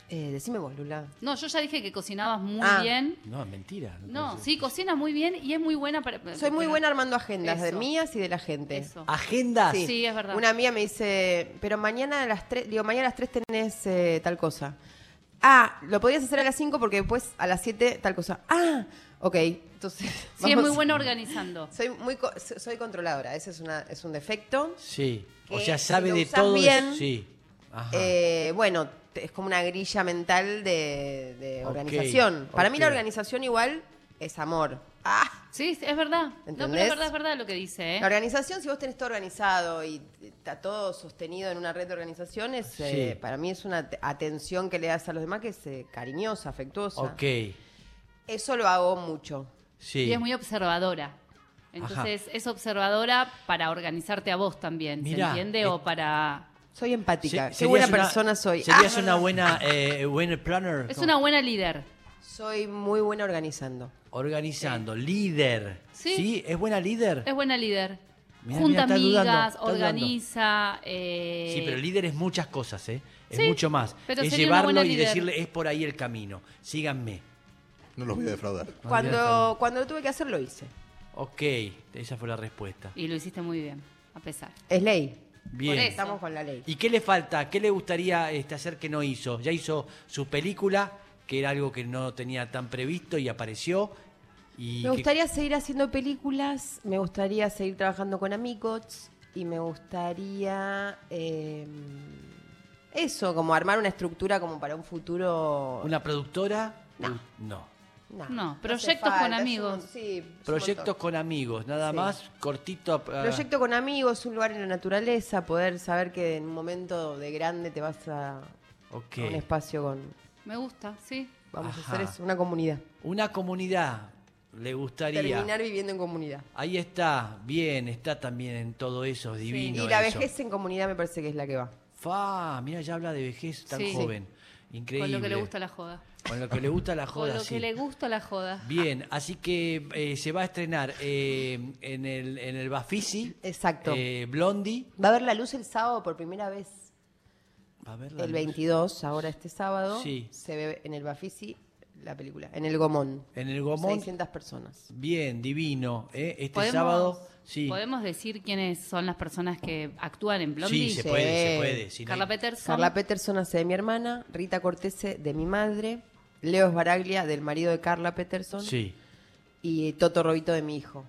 Speaker 4: Eh, decime vos, Lula.
Speaker 3: No, yo ya dije que cocinabas muy
Speaker 4: Ah.
Speaker 3: bien.
Speaker 1: No, es mentira.
Speaker 3: No, sí, cocinas muy bien y es muy buena para...
Speaker 4: Soy muy buena Ah, armando agendas, de
Speaker 3: Eso.
Speaker 4: mías y de la gente.
Speaker 3: Eso.
Speaker 1: Agendas.
Speaker 3: Sí. es verdad.
Speaker 4: Una amiga me dice, pero mañana a las 3, digo, mañana a las 3 tenés eh, tal cosa. Ah, lo podías hacer a las 5 porque después a las 7 tal cosa. Ah, ok. Entonces,
Speaker 3: Sí, es
Speaker 4: vamos.
Speaker 3: muy buena organizando.
Speaker 4: Soy muy co- so- soy controladora, ese es, una, es un defecto.
Speaker 1: Sí. O
Speaker 4: Que
Speaker 1: sea,
Speaker 4: si
Speaker 1: sabe
Speaker 4: lo
Speaker 1: de
Speaker 4: usás
Speaker 1: todo.
Speaker 4: bien,
Speaker 1: eso. Sí. Ajá.
Speaker 4: Eh, bueno, te- es como una grilla mental de, de
Speaker 1: Ok,
Speaker 4: organización. Para mí la
Speaker 1: ok.
Speaker 4: organización igual es amor. Ah,
Speaker 3: Sí, es verdad. No, pero
Speaker 4: ¿Entendés?
Speaker 3: es verdad, es verdad lo que dice, ¿eh?
Speaker 4: la organización, si vos tenés todo organizado y está todo sostenido en una red de organizaciones, eh,
Speaker 1: Sí.
Speaker 4: para mí es una at- atención que le das a los demás que es eh, cariñosa, afectuosa.
Speaker 1: ok.
Speaker 4: Eso lo hago mucho.
Speaker 1: Sí.
Speaker 3: Y es muy observadora. Entonces, es observadora para organizarte a vos también,
Speaker 1: Mirá,
Speaker 3: ¿se entiende?
Speaker 1: eh,
Speaker 3: o para...
Speaker 4: Soy
Speaker 1: Se-
Speaker 4: empática. Qué
Speaker 1: serías
Speaker 4: buena
Speaker 1: una-
Speaker 4: persona soy.
Speaker 1: Serías
Speaker 4: Ah,
Speaker 1: una buena eh, buen planner.
Speaker 3: Es
Speaker 1: ¿no?
Speaker 3: una buena líder.
Speaker 4: Soy muy buena organizando.
Speaker 1: Organizando, líder.
Speaker 3: Sí.
Speaker 1: ¿Es buena líder?
Speaker 3: Es buena líder.
Speaker 1: Mirá, mirá,
Speaker 3: Junta
Speaker 1: está dudando,
Speaker 3: amigas,
Speaker 1: está dudando.
Speaker 3: organiza... eh,
Speaker 1: Sí, pero líder es muchas cosas, ¿eh? Es
Speaker 3: Sí,
Speaker 1: mucho más.
Speaker 3: pero
Speaker 1: es
Speaker 3: sería una buena
Speaker 1: llevarlo y
Speaker 3: líder.
Speaker 1: decirle, es por ahí el camino. Síganme.
Speaker 2: No los voy a defraudar.
Speaker 4: Cuando, cuando lo tuve que hacer, lo hice.
Speaker 1: Ok, esa fue la respuesta.
Speaker 3: Y lo hiciste muy bien, a pesar.
Speaker 4: Es ley.
Speaker 1: Bien.
Speaker 3: eso.
Speaker 4: Estamos con la ley.
Speaker 1: ¿Y qué le falta? ¿Qué le gustaría este, hacer que no hizo? Ya hizo su película, que era algo que no tenía tan previsto y apareció. Y
Speaker 4: Me
Speaker 1: que-
Speaker 4: gustaría seguir haciendo películas, me gustaría seguir trabajando con amigos y me gustaría eh, eso, como armar una estructura como para un futuro.
Speaker 1: ¿Una productora?
Speaker 4: No.
Speaker 1: No.
Speaker 4: No,
Speaker 3: No,
Speaker 4: hace
Speaker 3: proyectos con
Speaker 4: es
Speaker 3: amigos.
Speaker 4: un- sí, es un
Speaker 1: Proyectos
Speaker 4: montón.
Speaker 1: con amigos, nada
Speaker 4: Sí.
Speaker 1: más, cortito. ah,
Speaker 4: Proyecto con amigos, un lugar en la naturaleza, poder saber que en un momento de grande te vas a,
Speaker 1: Ok.
Speaker 4: a un espacio con.
Speaker 3: Me gusta, sí.
Speaker 4: Vamos
Speaker 1: Ajá.
Speaker 4: a hacer eso, una comunidad.
Speaker 1: Una comunidad le gustaría.
Speaker 4: Terminar viviendo en comunidad.
Speaker 1: Ahí está, bien, está también en todo eso, es divino.
Speaker 4: y la
Speaker 1: eso.
Speaker 4: vejez en comunidad me parece que es la que va.
Speaker 1: Fa, mira, ya habla de vejez tan
Speaker 3: Sí.
Speaker 1: joven. Increíble.
Speaker 3: Con lo que le gusta la joda.
Speaker 1: Con lo que le gusta la joda,
Speaker 3: Con lo
Speaker 1: sí.
Speaker 3: que le gusta la joda.
Speaker 1: Bien, así que eh, se va a estrenar eh, en el en el Bafisi.
Speaker 4: Exacto.
Speaker 1: eh, Blondie.
Speaker 4: Va a ver la luz el sábado por primera vez.
Speaker 1: Va a ver la
Speaker 4: El
Speaker 1: luz.
Speaker 4: 22, ahora este sábado,
Speaker 1: Sí.
Speaker 4: se ve en el Bafisi la película, en el Gomón.
Speaker 1: En el Gomón.
Speaker 4: 600 personas.
Speaker 1: Bien, divino. eh, Este
Speaker 3: ¿Podemos-
Speaker 1: sábado. Sí.
Speaker 3: ¿Podemos decir quiénes son las personas que actúan en Blondie?
Speaker 1: Sí, se
Speaker 4: Sí.
Speaker 1: puede, se puede. si no
Speaker 3: Carla
Speaker 1: hay-
Speaker 3: Peterson.
Speaker 4: Carla Peterson hace de mi hermana, Rita Cortese de mi madre, Leo Esbaraglia del marido de Carla Peterson
Speaker 1: Sí.
Speaker 4: y Toto Robito de mi hijo.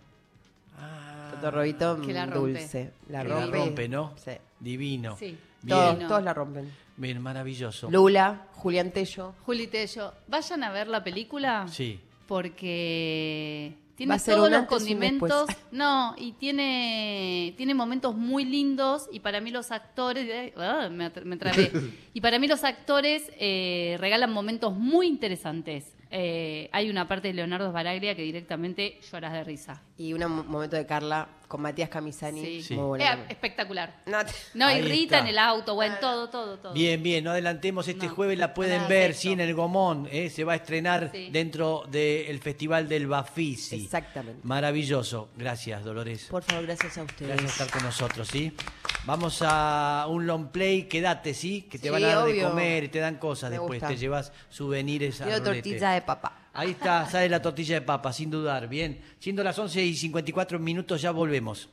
Speaker 1: Ah,
Speaker 4: Toto Robito
Speaker 3: Que la
Speaker 4: mm,
Speaker 3: rompe.
Speaker 4: dulce. La
Speaker 1: que
Speaker 4: rompe.
Speaker 1: la rompe, ¿no?
Speaker 4: Sí.
Speaker 1: Divino.
Speaker 3: Sí.
Speaker 1: Bien,
Speaker 4: Todos,
Speaker 3: Divino.
Speaker 4: todos la rompen.
Speaker 1: bien, maravilloso.
Speaker 4: Lula, Julián Tello.
Speaker 3: Juli Tello, vayan a ver la película
Speaker 1: Sí.
Speaker 3: porque tiene
Speaker 4: Va a ser
Speaker 3: todos
Speaker 4: un
Speaker 3: los
Speaker 4: antes y un después.
Speaker 3: condimentos, no, y tiene tiene momentos muy lindos y para mí los actores, eh, ah, me, atra- me trabé. y para mí los actores eh, regalan momentos muy interesantes. Eh, hay una parte de Leonardo Sbaraglia que directamente lloras de risa.
Speaker 4: Y un mo- momento de Carla con Matías Camisani.
Speaker 3: Sí.
Speaker 1: Sí.
Speaker 4: Muy bueno.
Speaker 3: Eh, espectacular.
Speaker 4: No, te-
Speaker 3: No,
Speaker 1: Ahí
Speaker 3: y Rita
Speaker 1: está.
Speaker 3: en el auto, bueno, todo, todo, todo.
Speaker 1: Bien, bien, no adelantemos este
Speaker 3: No,
Speaker 1: jueves, la pueden
Speaker 3: nada,
Speaker 1: ver,
Speaker 3: perfecto.
Speaker 1: sí, en el Gomón, ¿eh? se va a estrenar
Speaker 3: Sí.
Speaker 1: dentro del Festival del Bafisi.
Speaker 4: Exactamente.
Speaker 1: Maravilloso, gracias Dolores.
Speaker 4: Por favor, gracias a ustedes.
Speaker 1: Gracias por estar con nosotros, ¿sí? Vamos a un long play, quédate, ¿sí? Que te
Speaker 4: Sí,
Speaker 1: van a dar de
Speaker 4: obvio.
Speaker 1: comer y te dan cosas
Speaker 4: Me
Speaker 1: después.
Speaker 4: gusta.
Speaker 1: Te llevas souvenirs a
Speaker 4: Quiero
Speaker 1: Rolete.
Speaker 4: tortilla de papá.
Speaker 1: Ahí está, sale la tortilla de papa, sin dudar. Bien, siendo las 11 y 54 minutos ya volvemos.